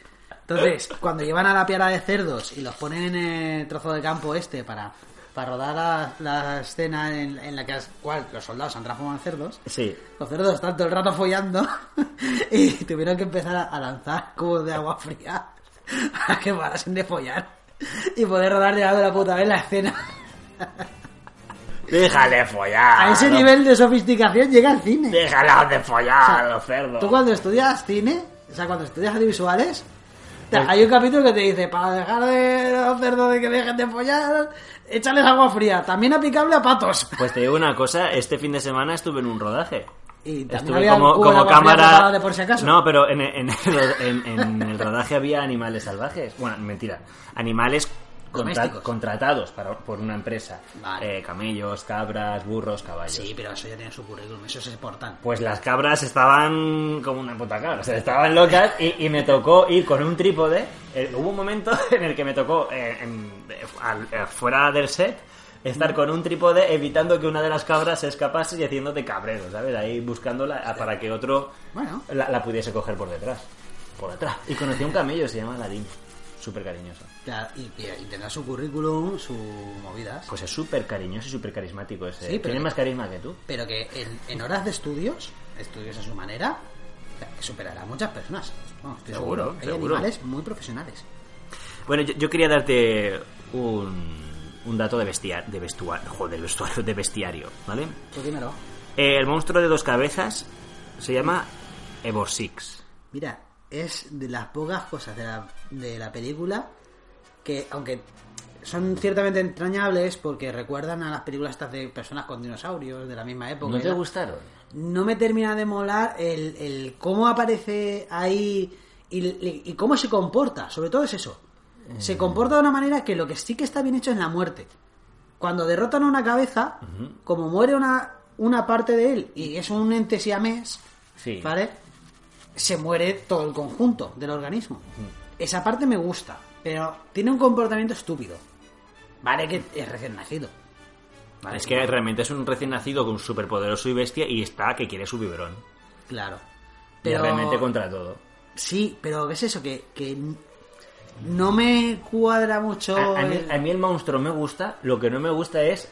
[SPEAKER 1] Entonces, cuando llevan a la piara de cerdos y los ponen en el trozo de campo este para, para rodar la, la escena en, en la que las- cual los soldados se han transformado en cerdos,
[SPEAKER 2] Sí.
[SPEAKER 1] los cerdos están todo el rato follando [LAUGHS] y tuvieron que empezar a, a lanzar cubos de agua fría [LAUGHS] para que parasen de follar y poder rodar de lado la puta vez la escena.
[SPEAKER 2] Déjale follar.
[SPEAKER 1] A ese
[SPEAKER 2] Ah, ¿no?
[SPEAKER 1] nivel de sofisticación llega el cine.
[SPEAKER 2] Déjala de follar,
[SPEAKER 1] O sea,
[SPEAKER 2] los cerdos.
[SPEAKER 1] Tú cuando estudias cine, o sea, cuando estudias audiovisuales, te-
[SPEAKER 2] Pues
[SPEAKER 1] hay un capítulo que te dice, para dejar de los cerdos de que dejen de follar, échales agua fría, también aplicable a patos.
[SPEAKER 2] Pues te digo una cosa, este fin de semana estuve en un rodaje.
[SPEAKER 1] Y también
[SPEAKER 2] Estuve
[SPEAKER 1] había un
[SPEAKER 2] como,
[SPEAKER 1] cubo de
[SPEAKER 2] como
[SPEAKER 1] agua fría
[SPEAKER 2] cámara.
[SPEAKER 1] preparado de por si acaso.
[SPEAKER 2] No, pero en, en- en- en el rodaje había animales salvajes. Bueno, mentira. Animales contra-
[SPEAKER 1] Domésticos.
[SPEAKER 2] contratados para- por una empresa.
[SPEAKER 1] Vale.
[SPEAKER 2] Eh, camellos, cabras, burros, caballos.
[SPEAKER 1] Sí, pero eso ya tiene su currículum, eso se exportan.
[SPEAKER 2] Pues las cabras estaban como una puta cabra, o sea, estaban locas y, y me tocó ir con un trípode. Eh, hubo un momento [LAUGHS] en el que me tocó, eh, en- eh, al- eh, fuera del set, estar con un trípode evitando que una de las cabras se escapase y haciéndote cabrero, ¿sabes? Ahí buscándola a- para que otro
[SPEAKER 1] Bueno.
[SPEAKER 2] la, la pudiese coger por detrás. Por detrás. Y conocí a un camello, se llama Ladín, súper cariñoso.
[SPEAKER 1] Claro, y, y- y tendrá su currículum, sus movidas.
[SPEAKER 2] Pues es súper cariñoso y súper carismático ese.
[SPEAKER 1] Sí, pero-
[SPEAKER 2] Tiene más carisma que tú.
[SPEAKER 1] Pero que en, en horas de estudios, estudios a su manera, o sea, superará a muchas personas. Vamos, estoy
[SPEAKER 2] Seguro,
[SPEAKER 1] seguro. Hay
[SPEAKER 2] seguro.
[SPEAKER 1] animales muy profesionales.
[SPEAKER 2] Bueno, yo, yo quería darte un, un dato de, bestia, de vestuario, joder, vestuario, de bestiario, ¿vale?
[SPEAKER 1] Tú dímelo.
[SPEAKER 2] Eh, el monstruo de dos cabezas se llama Evor Six.
[SPEAKER 1] Mira, es de las pocas cosas de la, de la película que, aunque son ciertamente entrañables porque recuerdan a las películas estas de personas con dinosaurios de la misma época. y tal,
[SPEAKER 2] gustaron?
[SPEAKER 1] No me termina de molar el, el cómo aparece ahí y, y- y cómo se comporta. Sobre todo es eso.
[SPEAKER 2] Mm.
[SPEAKER 1] Se comporta de una manera que lo que sí que está bien hecho es la muerte. Cuando derrotan a una cabeza, como muere una, una parte de él y es un ente siamés,
[SPEAKER 2] Sí.
[SPEAKER 1] ¿vale? Se muere todo el conjunto del organismo. Esa parte me gusta, pero tiene un comportamiento estúpido. Vale, que es recién nacido. Vale,
[SPEAKER 2] Es que realmente es un recién nacido con superpoderoso y bestia y está que quiere su biberón.
[SPEAKER 1] Claro.
[SPEAKER 2] Pero... Realmente contra todo.
[SPEAKER 1] Sí, pero ¿qué es eso? Que, que n- no me cuadra mucho.
[SPEAKER 2] A, a mí,
[SPEAKER 1] el-
[SPEAKER 2] a mí el monstruo me gusta, lo que no me gusta es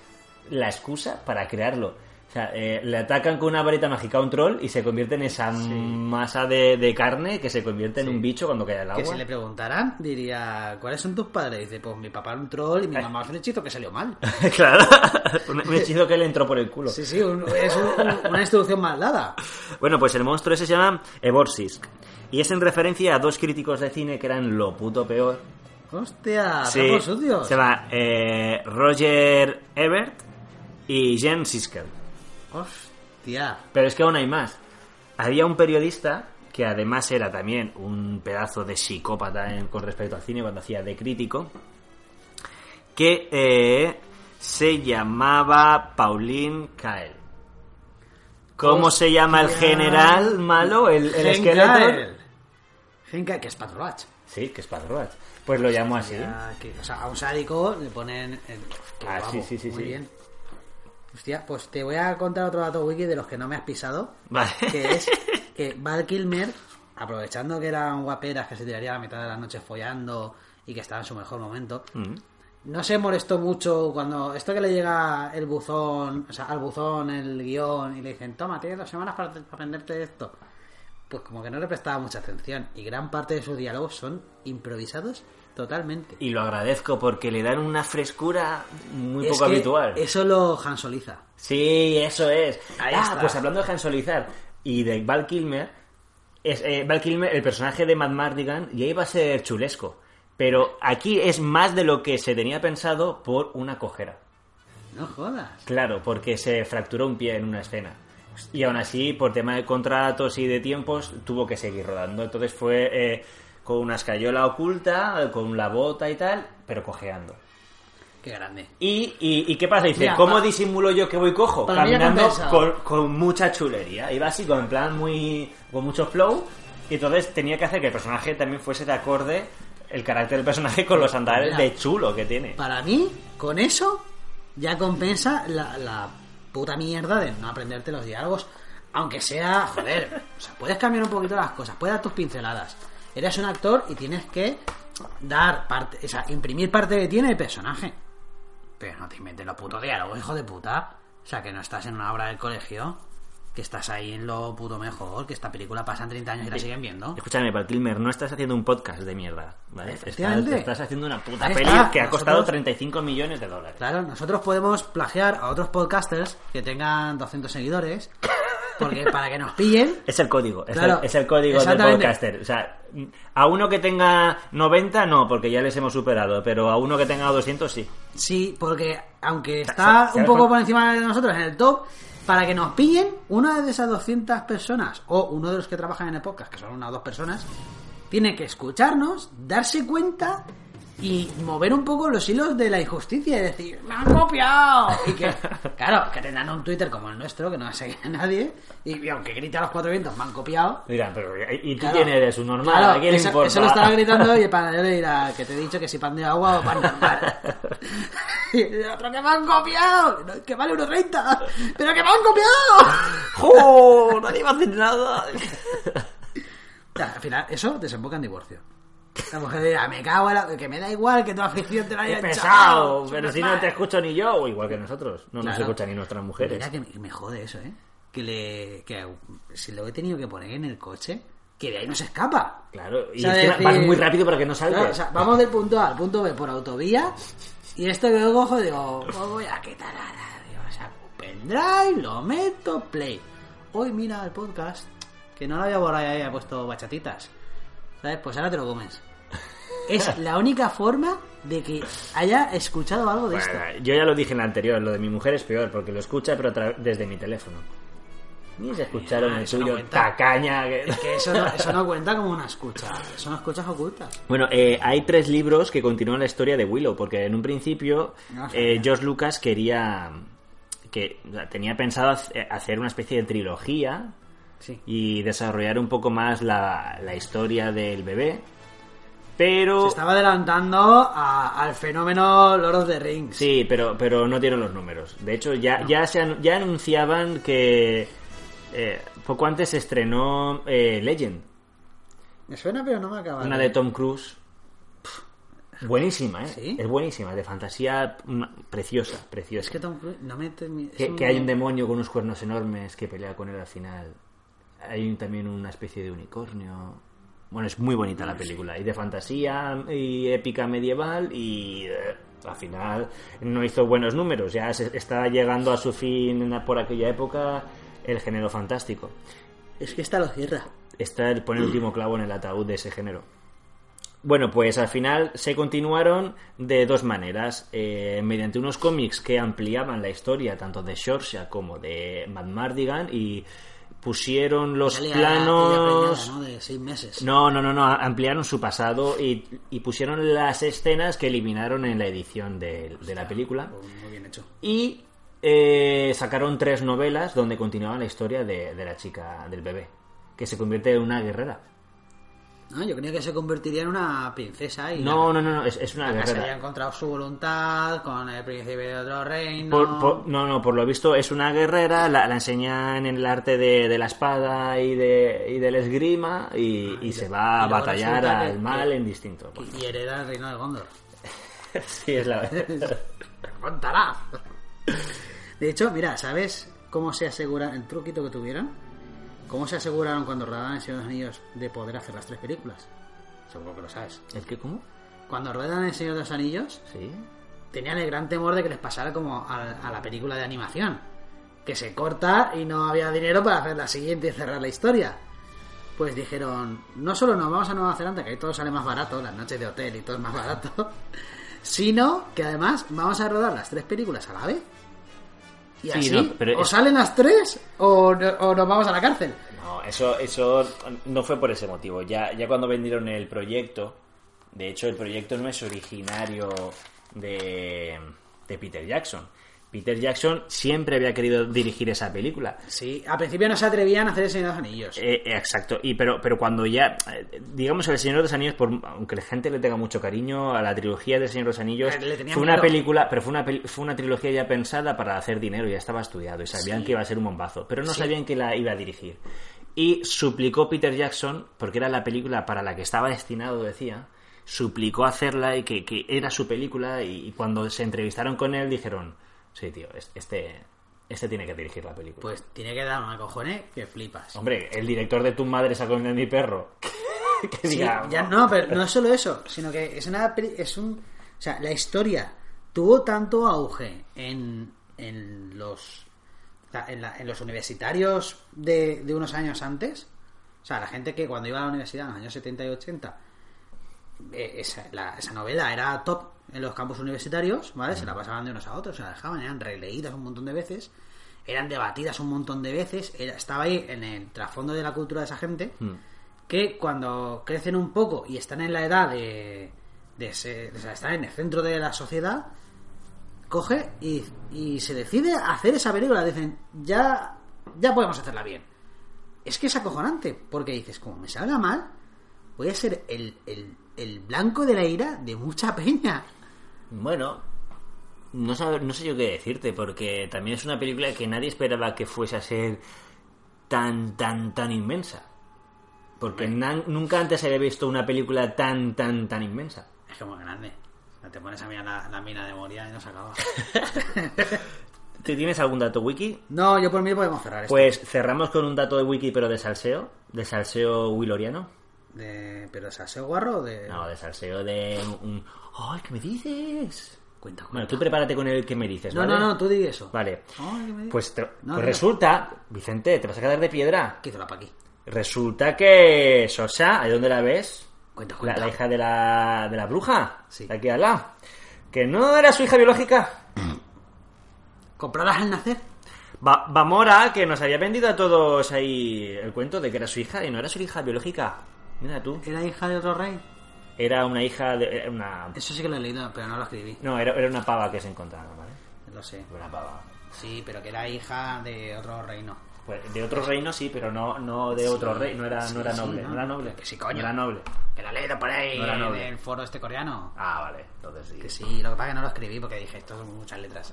[SPEAKER 2] la excusa para crearlo. O sea, eh, le atacan con una varita mágica a un troll y se convierte en esa masa de, de carne que se convierte en un bicho cuando cae al agua.
[SPEAKER 1] Que si
[SPEAKER 2] [LAUGHS]
[SPEAKER 1] le preguntaran, diría, ¿cuáles son tus padres? Dice, pues mi papá era un troll y mi mamá es un hechizo que salió mal.
[SPEAKER 2] Eh. claro, [LAUGHS] un un hechizo que le entró por el culo.
[SPEAKER 1] Sí, sí, un- es un- una instrucción mal dada.
[SPEAKER 2] Bueno, pues el monstruo ese se llama Evorsisk. Y es en referencia a dos críticos de cine que eran lo puto peor.
[SPEAKER 1] Hostia,
[SPEAKER 2] Sí,
[SPEAKER 1] estamos sucios.
[SPEAKER 2] se llama eh, Roger Ebert y Jen Siskel.
[SPEAKER 1] Hostia.
[SPEAKER 2] Pero es que aún hay más. Había un periodista que además era también un pedazo de psicópata en- con respecto al cine cuando hacía de crítico, que eh, se llamaba Pauline Kael. ¿Cómo se llama el
[SPEAKER 1] Hostia.
[SPEAKER 2] general malo? El, el esqueleto.
[SPEAKER 1] Henkel. Henkel, que es Pat Roach.
[SPEAKER 2] Sí, que es Padroat. Pues lo llamo así.
[SPEAKER 1] Ya, que- o sea, a un sádico le ponen. el- qué
[SPEAKER 2] Ah,
[SPEAKER 1] guapo,
[SPEAKER 2] sí, sí, sí,
[SPEAKER 1] Muy
[SPEAKER 2] sí.
[SPEAKER 1] bien. Hostia, pues te voy a contar otro dato wiki de los que no me has pisado.
[SPEAKER 2] Vale.
[SPEAKER 1] Que es que Val Kilmer, aprovechando que eran guaperas que se tiraría la mitad de la noche follando y que estaba en su mejor momento,
[SPEAKER 2] [LAUGHS] Mm.
[SPEAKER 1] no se molestó mucho cuando esto que le llega el buzón, o sea, al buzón el guión y le dicen, toma, tienes dos semanas para para aprenderte esto. Pues como que no le prestaba mucha atención y gran parte de sus diálogos son improvisados totalmente.
[SPEAKER 2] Y lo agradezco porque le dan una frescura muy
[SPEAKER 1] Es
[SPEAKER 2] poco
[SPEAKER 1] que
[SPEAKER 2] habitual.
[SPEAKER 1] Eso lo hansoliza.
[SPEAKER 2] Sí, eso es.
[SPEAKER 1] Ahí
[SPEAKER 2] ah,
[SPEAKER 1] está.
[SPEAKER 2] pues hablando de Hansolizar y de Val Kilmer, es, eh, Val Kilmer, el personaje de Matt Mardigan, ya iba a ser chulesco. Pero aquí es más de lo que se tenía pensado por una cojera.
[SPEAKER 1] No jodas.
[SPEAKER 2] Claro, porque se fracturó un pie en una escena. Y aún así, por tema de contratos y de tiempos, tuvo que seguir rodando. Entonces fue eh, con una escayola oculta, eh, con la bota y tal, pero cojeando.
[SPEAKER 1] Qué grande.
[SPEAKER 2] ¿Y, y, y qué pasa? Dice,
[SPEAKER 1] Mira,
[SPEAKER 2] ¿cómo
[SPEAKER 1] pa-
[SPEAKER 2] disimulo yo que voy cojo?
[SPEAKER 1] para mí ya
[SPEAKER 2] Caminando
[SPEAKER 1] compensa.
[SPEAKER 2] con, con mucha chulería. Iba así, con en plan muy... con mucho flow. Y entonces tenía que hacer que el personaje también fuese de acorde el carácter del personaje con los andares
[SPEAKER 1] Mira.
[SPEAKER 2] de chulo que tiene.
[SPEAKER 1] Para mí, con eso ya compensa la, la puta mierda de no aprenderte los diálogos. Aunque sea, joder, o sea, puedes cambiar un poquito las cosas, puedes dar tus pinceladas. Eres un actor y tienes que dar parte, o sea, imprimir parte de ti en el personaje. Pero no te inventes los putos diálogos, hijo de puta. O sea, que no estás en una obra del colegio, que estás ahí en lo puto mejor, que esta película pasa en 30 años y la siguen viendo.
[SPEAKER 2] Escúchame, Pat Kilmer, no estás haciendo un podcast de mierda, ¿vale? Estás,
[SPEAKER 1] Efectivamente.
[SPEAKER 2] estás haciendo una puta
[SPEAKER 1] Ahí
[SPEAKER 2] peli
[SPEAKER 1] está.
[SPEAKER 2] que ha costado
[SPEAKER 1] Nosotros-
[SPEAKER 2] 35 millones de dólares.
[SPEAKER 1] Claro, nosotros podemos plagiar a otros podcasters que tengan 200 seguidores, porque para que nos pillen,
[SPEAKER 2] Es el código, es,
[SPEAKER 1] Claro,
[SPEAKER 2] el, es el código del
[SPEAKER 1] exactamente.
[SPEAKER 2] podcaster. O sea, a uno que tenga 90, no, porque ya les hemos superado, pero a uno que tenga 200, sí.
[SPEAKER 1] sí, porque aunque
[SPEAKER 2] ¿sabes
[SPEAKER 1] está un
[SPEAKER 2] cuál?
[SPEAKER 1] poco por encima de nosotros en el top, para que nos pillen, una de esas 200 personas o uno de los que trabajan en el podcast, que son una o dos personas, tiene que escucharnos, darse cuenta y mover un poco los hilos de la injusticia y decir, ¡me han copiado! Y que, claro, que tendrán un Twitter como el nuestro, que no va a seguir [LAUGHS] a nadie, y, y aunque grita a los cuatro vientos, me han copiado.
[SPEAKER 2] Dirán, pero ¿y tú
[SPEAKER 1] Claro.
[SPEAKER 2] quién eres? ¿Un normal?
[SPEAKER 1] Claro,
[SPEAKER 2] ¿A quién le
[SPEAKER 1] eso,
[SPEAKER 2] importa?
[SPEAKER 1] Eso lo estaba gritando y el panadero le dirá que te he dicho que si pan de agua o pan normal.
[SPEAKER 2] [LAUGHS]
[SPEAKER 1] y el otro que me han copiado, No, que vale 1,30, pero que me han copiado.
[SPEAKER 2] [LAUGHS] ¡Jo! Nadie va a hacer nada.
[SPEAKER 1] O sea, al final, eso desemboca en divorcio. La mujer dirá, me cago en la... que me da igual que tu aflicción te la haya
[SPEAKER 2] ¡Qué
[SPEAKER 1] echado,
[SPEAKER 2] pesado! Pero si no
[SPEAKER 1] subnormal".
[SPEAKER 2] te escucho ni yo, o igual que nosotros. No nos
[SPEAKER 1] Claro.
[SPEAKER 2] escuchan ni nuestras mujeres.
[SPEAKER 1] Mira que me- me jode eso, ¿eh? Que le. Que si lo he tenido que poner en el coche, que de ahí no se escapa.
[SPEAKER 2] Claro, y
[SPEAKER 1] O sea,
[SPEAKER 2] encima
[SPEAKER 1] decir-
[SPEAKER 2] vas muy rápido para que no saltes.
[SPEAKER 1] Claro, o sea, vamos del punto A al punto B por autovía y esto que cojo digo, "Oh, voy a quitar a la radio, saco un pendrive, lo meto, play. Hoy mira el podcast, que no lo había borrado y había puesto bachatitas. ¿Sabes? Pues ahora te lo
[SPEAKER 2] [LAUGHS]
[SPEAKER 1] comes. Es la única forma de que haya escuchado algo de esto.
[SPEAKER 2] Bueno, Pues, yo ya lo dije en la anterior, lo de mi mujer es peor porque lo escucha pero a tra- desde mi teléfono. Ni se escucharon
[SPEAKER 1] mía,
[SPEAKER 2] el
[SPEAKER 1] Ah, eso no
[SPEAKER 2] tuyo,
[SPEAKER 1] cuenta.
[SPEAKER 2] tacaña. que-
[SPEAKER 1] Que eso no, eso
[SPEAKER 2] [LAUGHS]
[SPEAKER 1] no cuenta como una escucha, son escuchas ocultas.
[SPEAKER 2] Bueno, eh, hay tres libros que continúan la historia de Willow porque en un principio
[SPEAKER 1] No sabía.
[SPEAKER 2] eh, George Lucas quería que o sea, tenía pensado hace- hacer una especie de trilogía
[SPEAKER 1] Sí.
[SPEAKER 2] y desarrollar un poco más la, la historia del bebé, pero
[SPEAKER 1] Se estaba adelantando a- al fenómeno Lord of the Rings.
[SPEAKER 2] Sí, pero, pero no dieron los números. De hecho, ya, ya, se, anu- ya anunciaban que eh, poco antes se estrenó eh, Legend,
[SPEAKER 1] Me suena, pero no me acaba.
[SPEAKER 2] una de Tom Cruise. Pff, Buenísima, ¿eh?
[SPEAKER 1] ¿Sí?
[SPEAKER 2] Es buenísima, de fantasía mm, preciosa, preciosa.
[SPEAKER 1] Es que Tom Cruise no me termi- es
[SPEAKER 2] que,
[SPEAKER 1] un-
[SPEAKER 2] que hay un demonio con unos cuernos enormes que pelea con él al final. Hay un- también una especie de unicornio. Bueno, es muy bonita la película. Y de fantasía y épica medieval y eh, al final no hizo buenos números. Ya se estaba llegando a su fin en la- por aquella época el género fantástico.
[SPEAKER 1] Es que esta lo cierra.
[SPEAKER 2] Está el, pone el último clavo en el ataúd de ese género. Bueno, pues al final se continuaron de dos maneras. eh, mediante unos cómics que ampliaban la historia tanto de Shorsia como de Matt Mardigan y pusieron los
[SPEAKER 1] Ya le- ya le
[SPEAKER 2] planos...
[SPEAKER 1] preñada, ¿no? De seis meses.
[SPEAKER 2] No, no, no, no, ampliaron su pasado y, y pusieron las escenas que eliminaron en la edición de, de la película.
[SPEAKER 1] Pues muy bien hecho.
[SPEAKER 2] Y eh, sacaron tres novelas donde continuaba la historia de, de la chica, del bebé, que se convierte en una guerrera.
[SPEAKER 1] Ah, yo creía que se convertiría en una princesa y
[SPEAKER 2] No, no, no, no, es, es una
[SPEAKER 1] la- se había
[SPEAKER 2] guerrera.
[SPEAKER 1] encontrado su voluntad con el príncipe de otro reino.
[SPEAKER 2] Por- por- no, no, por lo visto es una guerrera, la, la enseñan en el arte de, de la espada y, de, y del esgrima y, Ah, y se va a
[SPEAKER 1] y luego
[SPEAKER 2] batallar
[SPEAKER 1] resulta que-
[SPEAKER 2] al mal en distinto.
[SPEAKER 1] Y hereda el reino de Gondor.
[SPEAKER 2] [LAUGHS] sí, es [LAUGHS] la verdad.
[SPEAKER 1] ¡Contará! De hecho, mira, ¿sabes cómo se asegura el truquito que tuvieron? ¿Cómo se aseguraron cuando rodaban El Señor de los Anillos de poder hacer las tres películas? Seguro que lo sabes.
[SPEAKER 2] ¿El qué? ¿Cómo?
[SPEAKER 1] Cuando ruedan El Señor de los Anillos,
[SPEAKER 2] Sí.
[SPEAKER 1] tenían el gran temor de que les pasara como al- a, la película de animación, que se corta y no había dinero para hacer la siguiente y cerrar la historia. Pues dijeron, no solo nos vamos a Nueva Zelanda, que ahí todo sale más barato, las noches de hotel y todo es más barato, [LAUGHS] sino que además vamos a rodar las tres películas a la vez. Y
[SPEAKER 2] Sí,
[SPEAKER 1] así,
[SPEAKER 2] no, pero
[SPEAKER 1] o
[SPEAKER 2] es-
[SPEAKER 1] salen las tres o, no- o nos vamos a la cárcel.
[SPEAKER 2] No, eso, eso no fue por ese motivo. Ya, ya cuando vendieron el proyecto, de hecho el proyecto no es originario de, de Peter Jackson. Peter Jackson siempre había querido dirigir esa película.
[SPEAKER 1] Sí, al principio no se atrevían a hacer el Señor de los Anillos.
[SPEAKER 2] Eh, eh, exacto, y pero, pero cuando ya, eh, digamos, El Señor de los Anillos, por, aunque la gente le tenga mucho cariño a la trilogía del Señor de los Anillos,
[SPEAKER 1] Eh, le tenía
[SPEAKER 2] fue una
[SPEAKER 1] miedo.
[SPEAKER 2] película, pero fue una, pel- fue una trilogía ya pensada para hacer dinero, ya estaba estudiado y sabían
[SPEAKER 1] Sí.
[SPEAKER 2] que iba a ser un bombazo, pero no
[SPEAKER 1] Sí.
[SPEAKER 2] sabían que la iba a dirigir. Y suplicó Peter Jackson, porque era la película para la que estaba destinado, decía, suplicó hacerla y que, que era su película y, y cuando se entrevistaron con él dijeron, sí, tío, es- este, este tiene que dirigir la película.
[SPEAKER 1] Pues tiene que dar una cojones que flipas.
[SPEAKER 2] Hombre, el director de Tu madre sacó de mi perro. [LAUGHS] que
[SPEAKER 1] [LAUGHS] Sí,
[SPEAKER 2] diga,
[SPEAKER 1] ya no, pero no es solo eso, sino que es una peli- es un, o sea, la historia tuvo tanto auge en, en los o sea, en, la- en los universitarios de, de unos años antes, o sea, la gente que cuando iba a la universidad en los años 70 y 80 eh, esa, la- esa novela era top en los campus universitarios, ¿vale? Se la pasaban de unos a otros, se la dejaban, eran releídas un montón de veces, eran debatidas un montón de veces, era- estaba ahí en el trasfondo de la cultura de esa gente,
[SPEAKER 2] Hmm.
[SPEAKER 1] que cuando crecen un poco y están en la edad de... de se- o sea, están en el centro de la sociedad, coge y, y se decide a hacer esa película, dicen, ya, ya podemos hacerla bien. Es que es acojonante, porque dices, como me salga mal, voy a ser el, el- el blanco de la ira de mucha peña.
[SPEAKER 2] Bueno, no, sab- no sé yo qué decirte, porque también es una película que nadie esperaba que fuese a ser tan, tan, tan inmensa. Porque nan- nunca antes había visto una película tan, tan, tan inmensa.
[SPEAKER 1] Es como grande. O sea, Te pones a mirar la, la mina de Moria y no se
[SPEAKER 2] [LAUGHS]
[SPEAKER 1] acaba.
[SPEAKER 2] ¿Tú tienes algún dato wiki?
[SPEAKER 1] no, yo por mí podemos cerrar esto.
[SPEAKER 2] Pues cerramos con un dato de wiki, pero de salseo. De salseo willoriano.
[SPEAKER 1] De- ¿Pero salseo guarro o de...?
[SPEAKER 2] No, de salseo de un... un- ¡Ay, qué me dices!
[SPEAKER 1] Cuenta, cuenta.
[SPEAKER 2] Bueno, tú prepárate con el que me dices,
[SPEAKER 1] no,
[SPEAKER 2] ¿vale?
[SPEAKER 1] no, no, tú di eso.
[SPEAKER 2] Vale.
[SPEAKER 1] Ay, me-
[SPEAKER 2] Pues, te- pues
[SPEAKER 1] dilo.
[SPEAKER 2] resulta, Vicente, te vas a quedar de piedra.
[SPEAKER 1] ¿Qué hizo la Paqui?
[SPEAKER 2] Resulta que Sosa, ¿ahí dónde la ves?
[SPEAKER 1] Cuenta,
[SPEAKER 2] La,
[SPEAKER 1] cuenta.
[SPEAKER 2] la hija de la, de la bruja,
[SPEAKER 1] Sí.
[SPEAKER 2] de aquí al lado. Que no era su hija biológica.
[SPEAKER 1] ¿Compradas al nacer?
[SPEAKER 2] Va- Vamora, que nos había vendido a todos ahí el cuento de que era su hija y no era su hija biológica. Mira tú.
[SPEAKER 1] ¿Era hija de otro rey?
[SPEAKER 2] Era una hija de. era Una,
[SPEAKER 1] Eso sí que lo he leído, pero no lo escribí.
[SPEAKER 2] no, era, era una pava que se encontraba, ¿vale?
[SPEAKER 1] Lo sé.
[SPEAKER 2] Una pava.
[SPEAKER 1] Sí, pero que era hija de otro reino.
[SPEAKER 2] Pues, de otro reino sí, pero no, no de otro
[SPEAKER 1] Sí,
[SPEAKER 2] reino. No era,
[SPEAKER 1] sí,
[SPEAKER 2] no era
[SPEAKER 1] sí,
[SPEAKER 2] noble.
[SPEAKER 1] no.
[SPEAKER 2] no era noble.
[SPEAKER 1] Que sí, coño.
[SPEAKER 2] No era noble.
[SPEAKER 1] Que lo he leído por ahí
[SPEAKER 2] No era
[SPEAKER 1] en
[SPEAKER 2] noble.
[SPEAKER 1] el foro este coreano.
[SPEAKER 2] Ah, vale. Entonces sí.
[SPEAKER 1] Que sí, lo que pasa es que no lo escribí porque dije, esto son muchas letras.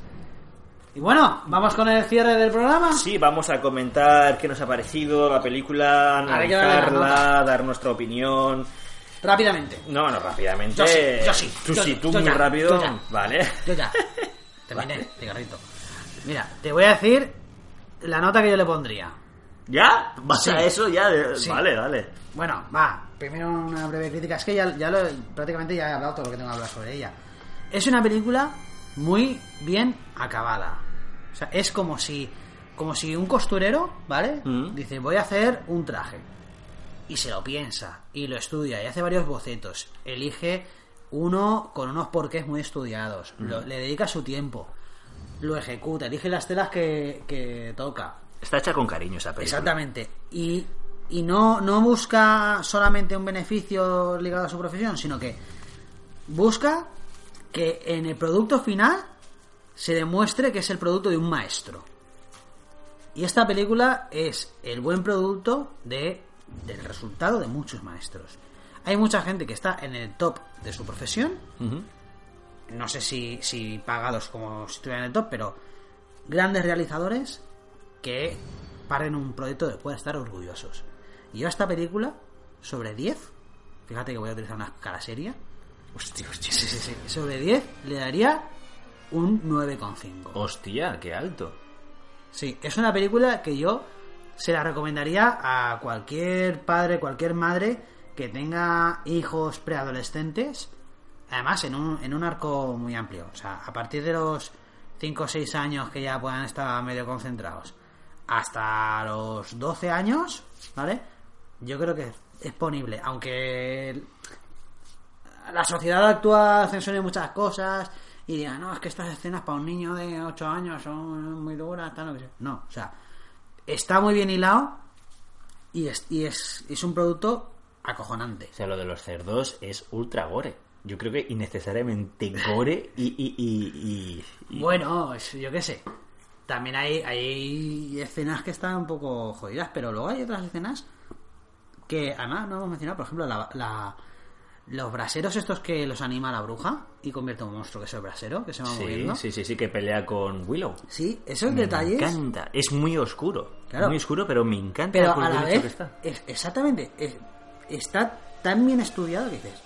[SPEAKER 1] Y bueno, vamos con el cierre del programa.
[SPEAKER 2] Sí, vamos a comentar qué nos ha parecido la película,
[SPEAKER 1] ver, yo le doy la
[SPEAKER 2] analizarla, dar nuestra opinión.
[SPEAKER 1] Rápidamente.
[SPEAKER 2] No, no, rápidamente.
[SPEAKER 1] Yo sí, yo sí,
[SPEAKER 2] Tú
[SPEAKER 1] yo-
[SPEAKER 2] sí, tú
[SPEAKER 1] yo
[SPEAKER 2] muy
[SPEAKER 1] ya,
[SPEAKER 2] rápido.
[SPEAKER 1] yo ya.
[SPEAKER 2] Vale.
[SPEAKER 1] Yo ya. Terminé, cigarrito. Mira, te voy a decir la nota que yo le pondría.
[SPEAKER 2] [LAUGHS] ¿Ya? ¿Vas
[SPEAKER 1] Sí.
[SPEAKER 2] a eso? Ya. de-
[SPEAKER 1] Sí.
[SPEAKER 2] Vale, vale.
[SPEAKER 1] Bueno, va, primero una breve crítica. Es que ya, ya lo- prácticamente ya he hablado todo lo que tengo que hablar sobre ella. Es una película muy bien acabada. O sea, es como si, como si un costurero, ¿vale?
[SPEAKER 2] Mm.
[SPEAKER 1] Dice, voy a hacer un traje. Y se lo piensa, y lo estudia, y hace varios bocetos. Elige uno con unos porqués muy estudiados. Lo- le dedica su tiempo. Lo ejecuta, elige las telas que, que toca.
[SPEAKER 2] Está hecha con cariño esa película.
[SPEAKER 1] Exactamente. Y, y no, no busca solamente un beneficio ligado a su profesión, sino que busca que en el producto final se demuestre que es el producto de un maestro. Y esta película es el buen producto de, del resultado de muchos maestros. Hay mucha gente que está en el top de su profesión.
[SPEAKER 2] Ujú.
[SPEAKER 1] No sé si, si pagados como si estuvieran en el top, pero grandes realizadores que paren un proyecto del cual estar orgullosos. Y yo a esta película, sobre 10, fíjate que voy a utilizar una escala seria,
[SPEAKER 2] Hostia, hostia.
[SPEAKER 1] sí, sí, sí, sobre 10 le daría un 9,5.
[SPEAKER 2] Hostia, qué alto.
[SPEAKER 1] Sí, es una película que yo se la recomendaría a cualquier padre, cualquier madre que tenga hijos preadolescentes. Además, en un, en un arco muy amplio. O sea, a partir de los 5 o 6 años que ya puedan estar medio concentrados, hasta los 12 años, ¿vale? Yo creo que es ponible. Aunque la sociedad actual censure muchas cosas y diga, no, es que estas escenas para un niño de 8 años son muy duras, tal, lo que sea. No, o sea, está muy bien hilado y es, y es, es un producto acojonante.
[SPEAKER 2] O sea, lo de los cerdos es ultra gore. Yo creo que innecesariamente gore y... y, y, y- y-
[SPEAKER 1] Bueno, es- yo qué sé. También hay, hay escenas que están un poco jodidas, pero luego hay otras escenas que además no hemos mencionado, por ejemplo, la, la- los braseros estos que los anima la bruja y convierte en un monstruo que es el brasero, que se va
[SPEAKER 2] Sí,
[SPEAKER 1] moviendo.
[SPEAKER 2] sí, sí, sí, que pelea con Willow.
[SPEAKER 1] Sí, esos
[SPEAKER 2] Me
[SPEAKER 1] detalles.
[SPEAKER 2] encanta. Es muy oscuro.
[SPEAKER 1] Claro.
[SPEAKER 2] Muy oscuro, pero me encanta
[SPEAKER 1] Pero
[SPEAKER 2] lo
[SPEAKER 1] a la
[SPEAKER 2] bien hecho
[SPEAKER 1] vez,
[SPEAKER 2] que está.
[SPEAKER 1] es- exactamente, es- está tan bien estudiado que dices,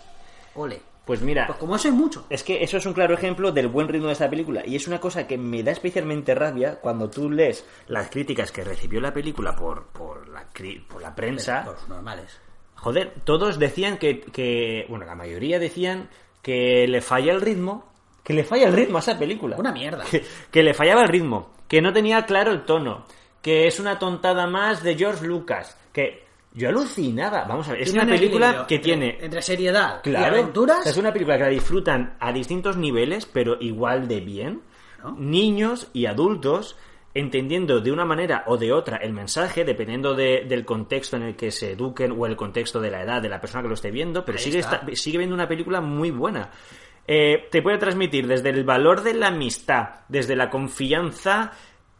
[SPEAKER 1] ole.
[SPEAKER 2] Pues mira,
[SPEAKER 1] Pues como eso hay mucho.
[SPEAKER 2] Es que eso es un claro ejemplo del buen ritmo de esta película y es una cosa que me da especialmente rabia cuando tú lees las críticas que recibió la película por, por, la, cri- por la prensa.
[SPEAKER 1] Los normales.
[SPEAKER 2] Joder, todos decían que, que- bueno, la mayoría decían que le falla el ritmo, que le falla el ritmo a esa película.
[SPEAKER 1] Una mierda.
[SPEAKER 2] Que, que le fallaba el ritmo, que no tenía claro el tono, que es una tontada más de George Lucas, que yo alucinaba. Vamos a ver, es
[SPEAKER 1] Tiene
[SPEAKER 2] una película
[SPEAKER 1] equilibrio
[SPEAKER 2] que
[SPEAKER 1] entre-
[SPEAKER 2] tiene
[SPEAKER 1] Entre seriedad
[SPEAKER 2] Claro.
[SPEAKER 1] y aventuras.
[SPEAKER 2] O sea, es una película que la disfrutan a distintos niveles, pero igual de bien.
[SPEAKER 1] Claro.
[SPEAKER 2] Niños y adultos entendiendo de una manera o de otra el mensaje, dependiendo de- del contexto en el que se eduquen o el contexto de la edad de la persona que lo esté viendo, pero
[SPEAKER 1] Ahí
[SPEAKER 2] sigue,
[SPEAKER 1] está.
[SPEAKER 2] esta- sigue viendo una película muy buena. Eh, te puede transmitir desde el valor de la amistad, desde la confianza,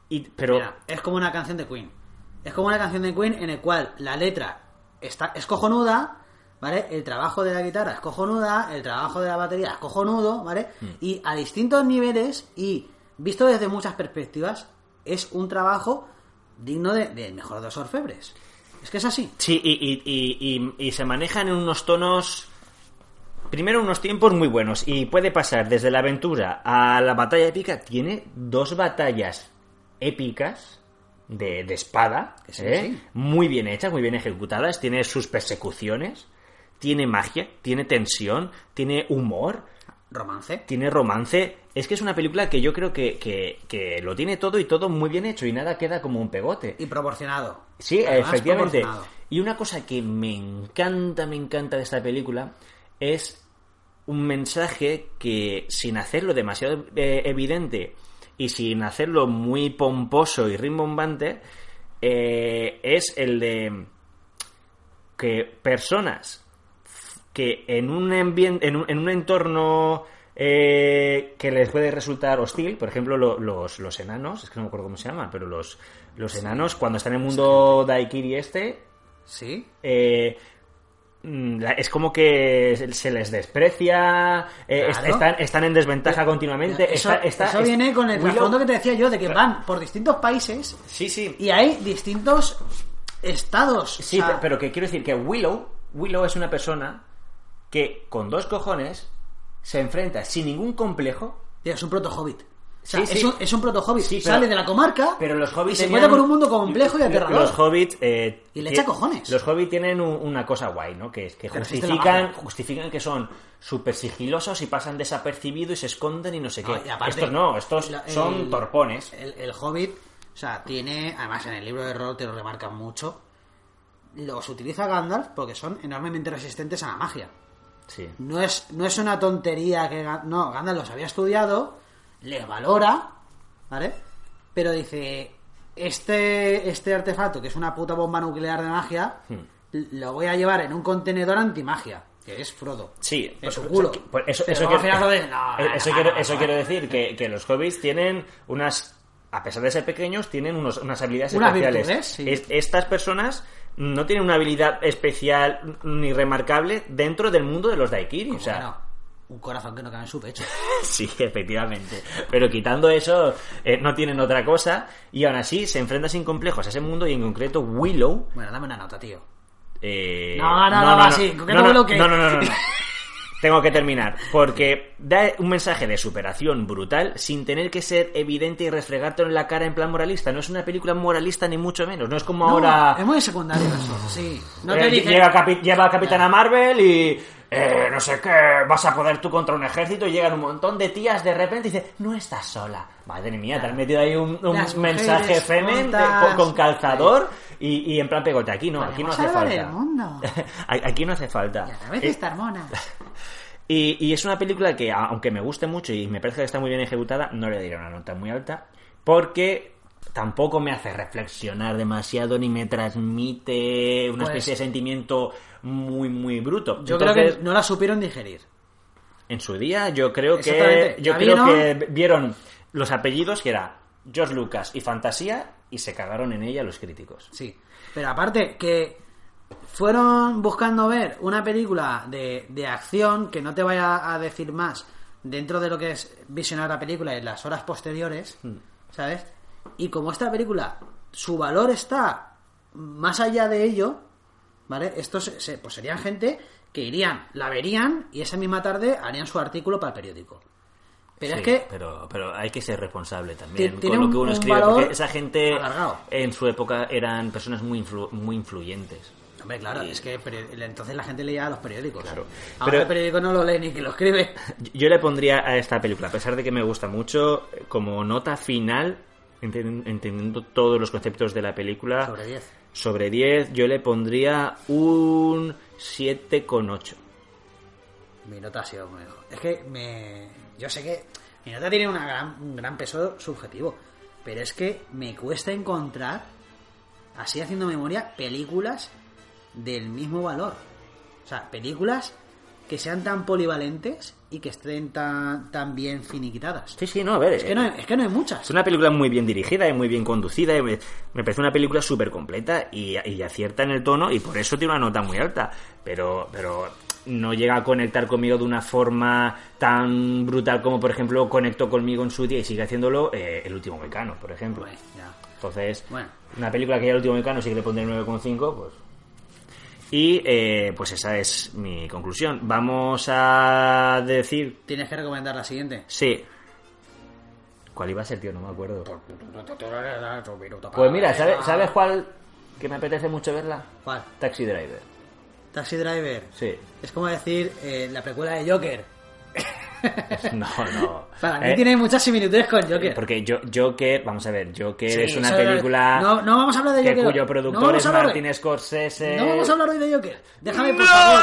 [SPEAKER 2] y, pero...
[SPEAKER 1] Mira, es como una canción de Queen. Es como una canción de Queen en el cual la letra está, es cojonuda, ¿vale? El trabajo de la guitarra es cojonuda, el trabajo de la batería es cojonudo, ¿vale?
[SPEAKER 2] Mm.
[SPEAKER 1] Y a distintos niveles y visto desde muchas perspectivas, es un trabajo digno de, de mejor de los orfebres. Es que es así.
[SPEAKER 2] Sí, y, y- y- y- y se manejan en unos tonos. Primero, unos tiempos muy buenos. Y puede pasar desde la aventura a la batalla épica. Tiene dos batallas épicas de, de espada.
[SPEAKER 1] Que sí,
[SPEAKER 2] ¿eh?
[SPEAKER 1] sí.
[SPEAKER 2] Muy bien hechas, muy bien ejecutadas. Tiene sus persecuciones. Tiene magia. Tiene tensión. Tiene humor.
[SPEAKER 1] Romance.
[SPEAKER 2] Tiene romance. Es que es una película que yo creo que, que- que lo tiene todo y todo muy bien hecho. Y nada queda como un pegote.
[SPEAKER 1] Y proporcionado.
[SPEAKER 2] Sí,
[SPEAKER 1] Además,
[SPEAKER 2] efectivamente.
[SPEAKER 1] proporcionado.
[SPEAKER 2] Y una cosa que me encanta, me encanta de esta película es un mensaje que sin hacerlo demasiado eh, evidente y sin hacerlo muy pomposo y rimbombante, eh, es el de que personas que en un, ambien- en un, en un entorno eh, que les puede resultar hostil, por ejemplo, lo- los, los enanos, es que no me acuerdo cómo se llaman, pero los, los enanos cuando están en el mundo Daikiri este,
[SPEAKER 1] Sí.
[SPEAKER 2] eh, mm, la- es como que se- se les desprecia, eh, est-
[SPEAKER 1] Claro. Eh,
[SPEAKER 2] están, están en desventaja continuamente.
[SPEAKER 1] Eso,
[SPEAKER 2] está- está-
[SPEAKER 1] eso
[SPEAKER 2] es-
[SPEAKER 1] viene con el
[SPEAKER 2] Willow-
[SPEAKER 1] trasfondo que te decía yo, de que van por distintos países
[SPEAKER 2] Sí, sí.
[SPEAKER 1] y hay distintos estados.
[SPEAKER 2] Sí,
[SPEAKER 1] o sea,
[SPEAKER 2] pe- pero que quiero decir que Willow, Willow es una persona que con dos cojones se enfrenta sin ningún complejo.
[SPEAKER 1] Tío, es un proto-hobbit. O sea,
[SPEAKER 2] Sí, sí.
[SPEAKER 1] Es, un, es un proto-hobbit.
[SPEAKER 2] Sí, pero-
[SPEAKER 1] Sale de la comarca
[SPEAKER 2] Pero los hobbits
[SPEAKER 1] y se
[SPEAKER 2] tenían-
[SPEAKER 1] encuentra con un mundo complejo y aterrador.
[SPEAKER 2] Los hobbits eh,
[SPEAKER 1] Y le
[SPEAKER 2] tie-
[SPEAKER 1] echa cojones.
[SPEAKER 2] Los hobbits tienen un- una cosa guay, ¿no? Que es que
[SPEAKER 1] Que resiste la
[SPEAKER 2] justifican,
[SPEAKER 1] magia.
[SPEAKER 2] justifican que son súper sigilosos y pasan desapercibidos y se esconden y no sé qué.
[SPEAKER 1] No, Ah, y aparte-
[SPEAKER 2] estos no, estos
[SPEAKER 1] la- el-
[SPEAKER 2] son torpones.
[SPEAKER 1] El, el hobbit, o sea, tiene... Además, en el libro de error te lo remarcan mucho. Los utiliza Gandalf porque son enormemente resistentes a la magia.
[SPEAKER 2] Sí.
[SPEAKER 1] No es, no es una tontería que... Ga- No, Gandalf los había estudiado, les valora, ¿vale? Pero dice, este, este artefacto, que es una puta bomba nuclear de magia,
[SPEAKER 2] Hmm.
[SPEAKER 1] lo voy a llevar en un contenedor antimagia, que es Frodo.
[SPEAKER 2] Sí,
[SPEAKER 1] en su
[SPEAKER 2] pues,
[SPEAKER 1] culo.
[SPEAKER 2] o sea, que- pues eso,
[SPEAKER 1] Pero
[SPEAKER 2] eso
[SPEAKER 1] luego
[SPEAKER 2] quiero,
[SPEAKER 1] al final lo de- no,
[SPEAKER 2] eh, eso
[SPEAKER 1] no,
[SPEAKER 2] quiero,
[SPEAKER 1] no,
[SPEAKER 2] eso
[SPEAKER 1] no.
[SPEAKER 2] quiero decir que, que los hobbits tienen unas, a pesar de ser pequeños, tienen unos- unas habilidades
[SPEAKER 1] Unas
[SPEAKER 2] especiales.
[SPEAKER 1] virtudes, sí.
[SPEAKER 2] Es- estas personas no tienen una habilidad especial ni remarcable dentro del mundo de los Daikiri. O
[SPEAKER 1] Como
[SPEAKER 2] sea,
[SPEAKER 1] que no, un corazón que no cabe en su pecho.
[SPEAKER 2] [LAUGHS] Sí, efectivamente. Pero quitando eso, eh, no tienen otra cosa. Y aún así, se enfrenta sin complejos a ese mundo y en concreto Willow.
[SPEAKER 1] Bueno, dame una nota, tío.
[SPEAKER 2] eh,
[SPEAKER 1] No, no, no, va, sí, en concreto
[SPEAKER 2] no,
[SPEAKER 1] Willow, ¿qué?
[SPEAKER 2] no, no, no, no, [LAUGHS] no. Tengo que terminar. Porque da un mensaje de superación brutal sin tener que ser evidente y refregártelo en la cara en plan moralista. No es una película moralista ni mucho menos. No es como ahora.
[SPEAKER 1] No, es muy secundario eso, sí. No
[SPEAKER 2] Eh,
[SPEAKER 1] te dicen...
[SPEAKER 2] llega, Capi- lleva a Capitana Marvel y eh, no sé qué, vas a poder tú contra un ejército y llegan un montón de tías de repente y dice, no estás sola. Madre mía, te has metido ahí un, un
[SPEAKER 1] Las mujeres
[SPEAKER 2] mensaje femen de- con,
[SPEAKER 1] juntas.
[SPEAKER 2] con calzador y, y en plan pegote. Aquí no, aquí no
[SPEAKER 1] Podemos
[SPEAKER 2] hace
[SPEAKER 1] salvar el
[SPEAKER 2] falta.
[SPEAKER 1] mundo.
[SPEAKER 2] [LAUGHS] A- aquí no hace falta. Eh,
[SPEAKER 1] Y a través de esta hormona.
[SPEAKER 2] Y, y es una película que, a- aunque me guste mucho y me parece que está muy bien ejecutada, no le diré una nota muy alta, porque tampoco me hace reflexionar demasiado ni me transmite una
[SPEAKER 1] Pues-
[SPEAKER 2] especie de sentimiento muy, muy bruto.
[SPEAKER 1] Yo creo
[SPEAKER 2] Entonces,
[SPEAKER 1] que no la supieron digerir.
[SPEAKER 2] en su día, yo creo que,
[SPEAKER 1] Exactamente.
[SPEAKER 2] yo
[SPEAKER 1] La
[SPEAKER 2] creo
[SPEAKER 1] vieron-
[SPEAKER 2] que vieron los apellidos que era George Lucas y Fantasía y se cagaron en ella los críticos.
[SPEAKER 1] Sí. Pero aparte, que fueron buscando ver una película de, de acción que no te vaya a decir más dentro de lo que es visionar la película en las horas posteriores,
[SPEAKER 2] Hmm.
[SPEAKER 1] ¿sabes? Y como esta película, su valor está más allá de ello, ¿vale? Estos se- se- pues serían gente que irían, la verían y esa misma tarde harían su artículo para el periódico. Pero
[SPEAKER 2] Sí,
[SPEAKER 1] es que
[SPEAKER 2] pero, pero hay que ser responsable también
[SPEAKER 1] Ti-
[SPEAKER 2] con
[SPEAKER 1] tiene
[SPEAKER 2] lo que
[SPEAKER 1] un-
[SPEAKER 2] uno
[SPEAKER 1] un
[SPEAKER 2] escribe,
[SPEAKER 1] valor
[SPEAKER 2] porque esa gente
[SPEAKER 1] alargado.
[SPEAKER 2] en su época eran personas muy, influ- muy influyentes.
[SPEAKER 1] Hombre, claro, es que peri- entonces la gente leía los periódicos.
[SPEAKER 2] Claro.
[SPEAKER 1] Ahora
[SPEAKER 2] Pero-
[SPEAKER 1] el periódico no lo lee ni que lo escribe.
[SPEAKER 2] Yo le pondría a esta película, a pesar de que me gusta mucho, como nota final, enten- entendiendo todos los conceptos de la película,
[SPEAKER 1] Sobre 10.
[SPEAKER 2] sobre 10, yo le pondría un 7,8.
[SPEAKER 1] Mi nota ha sido muy mejor. Es que me... yo sé que mi nota tiene una gran, un gran peso subjetivo, pero es que me cuesta encontrar, así haciendo memoria, películas del mismo valor. O sea, películas que sean tan polivalentes y que estén tan, tan bien finiquitadas.
[SPEAKER 2] Sí, sí, no, a ver.
[SPEAKER 1] Es que no, hay- es que no hay muchas.
[SPEAKER 2] Es una película muy bien dirigida y muy bien conducida. y me, me parece una película súper completa y, y acierta en el tono y por eso tiene una nota muy alta. Pero, pero no llega a conectar conmigo de una forma tan brutal como, por ejemplo, conectó conmigo en su día y sigue haciéndolo eh, El último mecano, por ejemplo.
[SPEAKER 1] Bueno, eh, ya.
[SPEAKER 2] Entonces,
[SPEAKER 1] Bueno.
[SPEAKER 2] una película que ya El último mecano sí que le pondré 9,5, pues. Y eh, pues esa es mi conclusión. Vamos a decir.
[SPEAKER 1] Tienes que recomendar la siguiente.
[SPEAKER 2] Sí. ¿Cuál iba a ser, tío? No me acuerdo. Pues
[SPEAKER 1] Pues
[SPEAKER 2] mira, ¿sabes, ¿sabes cuál que me apetece mucho verla?
[SPEAKER 1] ¿Cuál?
[SPEAKER 2] Taxi Driver.
[SPEAKER 1] Taxi Driver.
[SPEAKER 2] Sí. [LAUGHS]
[SPEAKER 1] Es como decir eh, la precuela de Joker.
[SPEAKER 2] No, no.
[SPEAKER 1] Para mí
[SPEAKER 2] Eh,
[SPEAKER 1] tiene muchas similitudes con Joker.
[SPEAKER 2] Porque yo, Joker, vamos a ver, Joker
[SPEAKER 1] Sí,
[SPEAKER 2] es una
[SPEAKER 1] eso era-
[SPEAKER 2] película
[SPEAKER 1] No, no vamos a hablar de
[SPEAKER 2] que
[SPEAKER 1] Joker.
[SPEAKER 2] cuyo
[SPEAKER 1] No
[SPEAKER 2] productor
[SPEAKER 1] vamos
[SPEAKER 2] es
[SPEAKER 1] a hablar de-
[SPEAKER 2] Martin Scorsese.
[SPEAKER 1] No vamos a hablar hoy de Joker. Déjame, por
[SPEAKER 2] ¡No!
[SPEAKER 1] favor.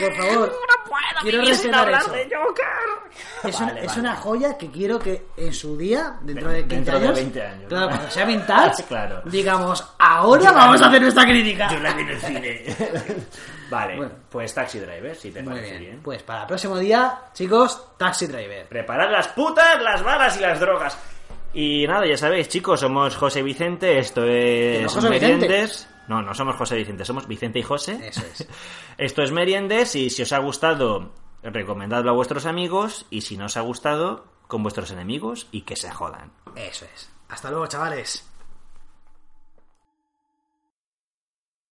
[SPEAKER 1] Por favor.
[SPEAKER 2] No puedo
[SPEAKER 1] Quiero
[SPEAKER 2] vivir sin
[SPEAKER 1] respetar
[SPEAKER 2] hablar
[SPEAKER 1] eso.
[SPEAKER 2] de Joker.
[SPEAKER 1] Es, una,
[SPEAKER 2] Vale,
[SPEAKER 1] es
[SPEAKER 2] vale.
[SPEAKER 1] una joya que quiero que en su día, dentro de 15
[SPEAKER 2] Dentro de
[SPEAKER 1] años,
[SPEAKER 2] 20 años,
[SPEAKER 1] claro,
[SPEAKER 2] ¿no?
[SPEAKER 1] cuando sea mental,
[SPEAKER 2] [LAUGHS] Claro.
[SPEAKER 1] digamos, ahora vamos a hacer nuestra crítica.
[SPEAKER 2] Yo la vi en el cine. [LAUGHS] vale,
[SPEAKER 1] Bueno.
[SPEAKER 2] pues Taxi Driver, si te
[SPEAKER 1] Muy
[SPEAKER 2] parece
[SPEAKER 1] bien.
[SPEAKER 2] bien.
[SPEAKER 1] Pues para el próximo día, chicos, Taxi Driver.
[SPEAKER 2] Preparad las putas, las balas y las drogas. Y nada, ya sabéis, chicos, somos José Vicente, esto es
[SPEAKER 1] no, José Vicente.
[SPEAKER 2] Meriendes. No, no somos José Vicente, somos Vicente y José.
[SPEAKER 1] Eso es.
[SPEAKER 2] Esto es Meriendes y si os ha gustado, recomendadlo a vuestros amigos y si no os ha gustado, con vuestros enemigos y que se jodan.
[SPEAKER 1] Eso es. Hasta luego, chavales.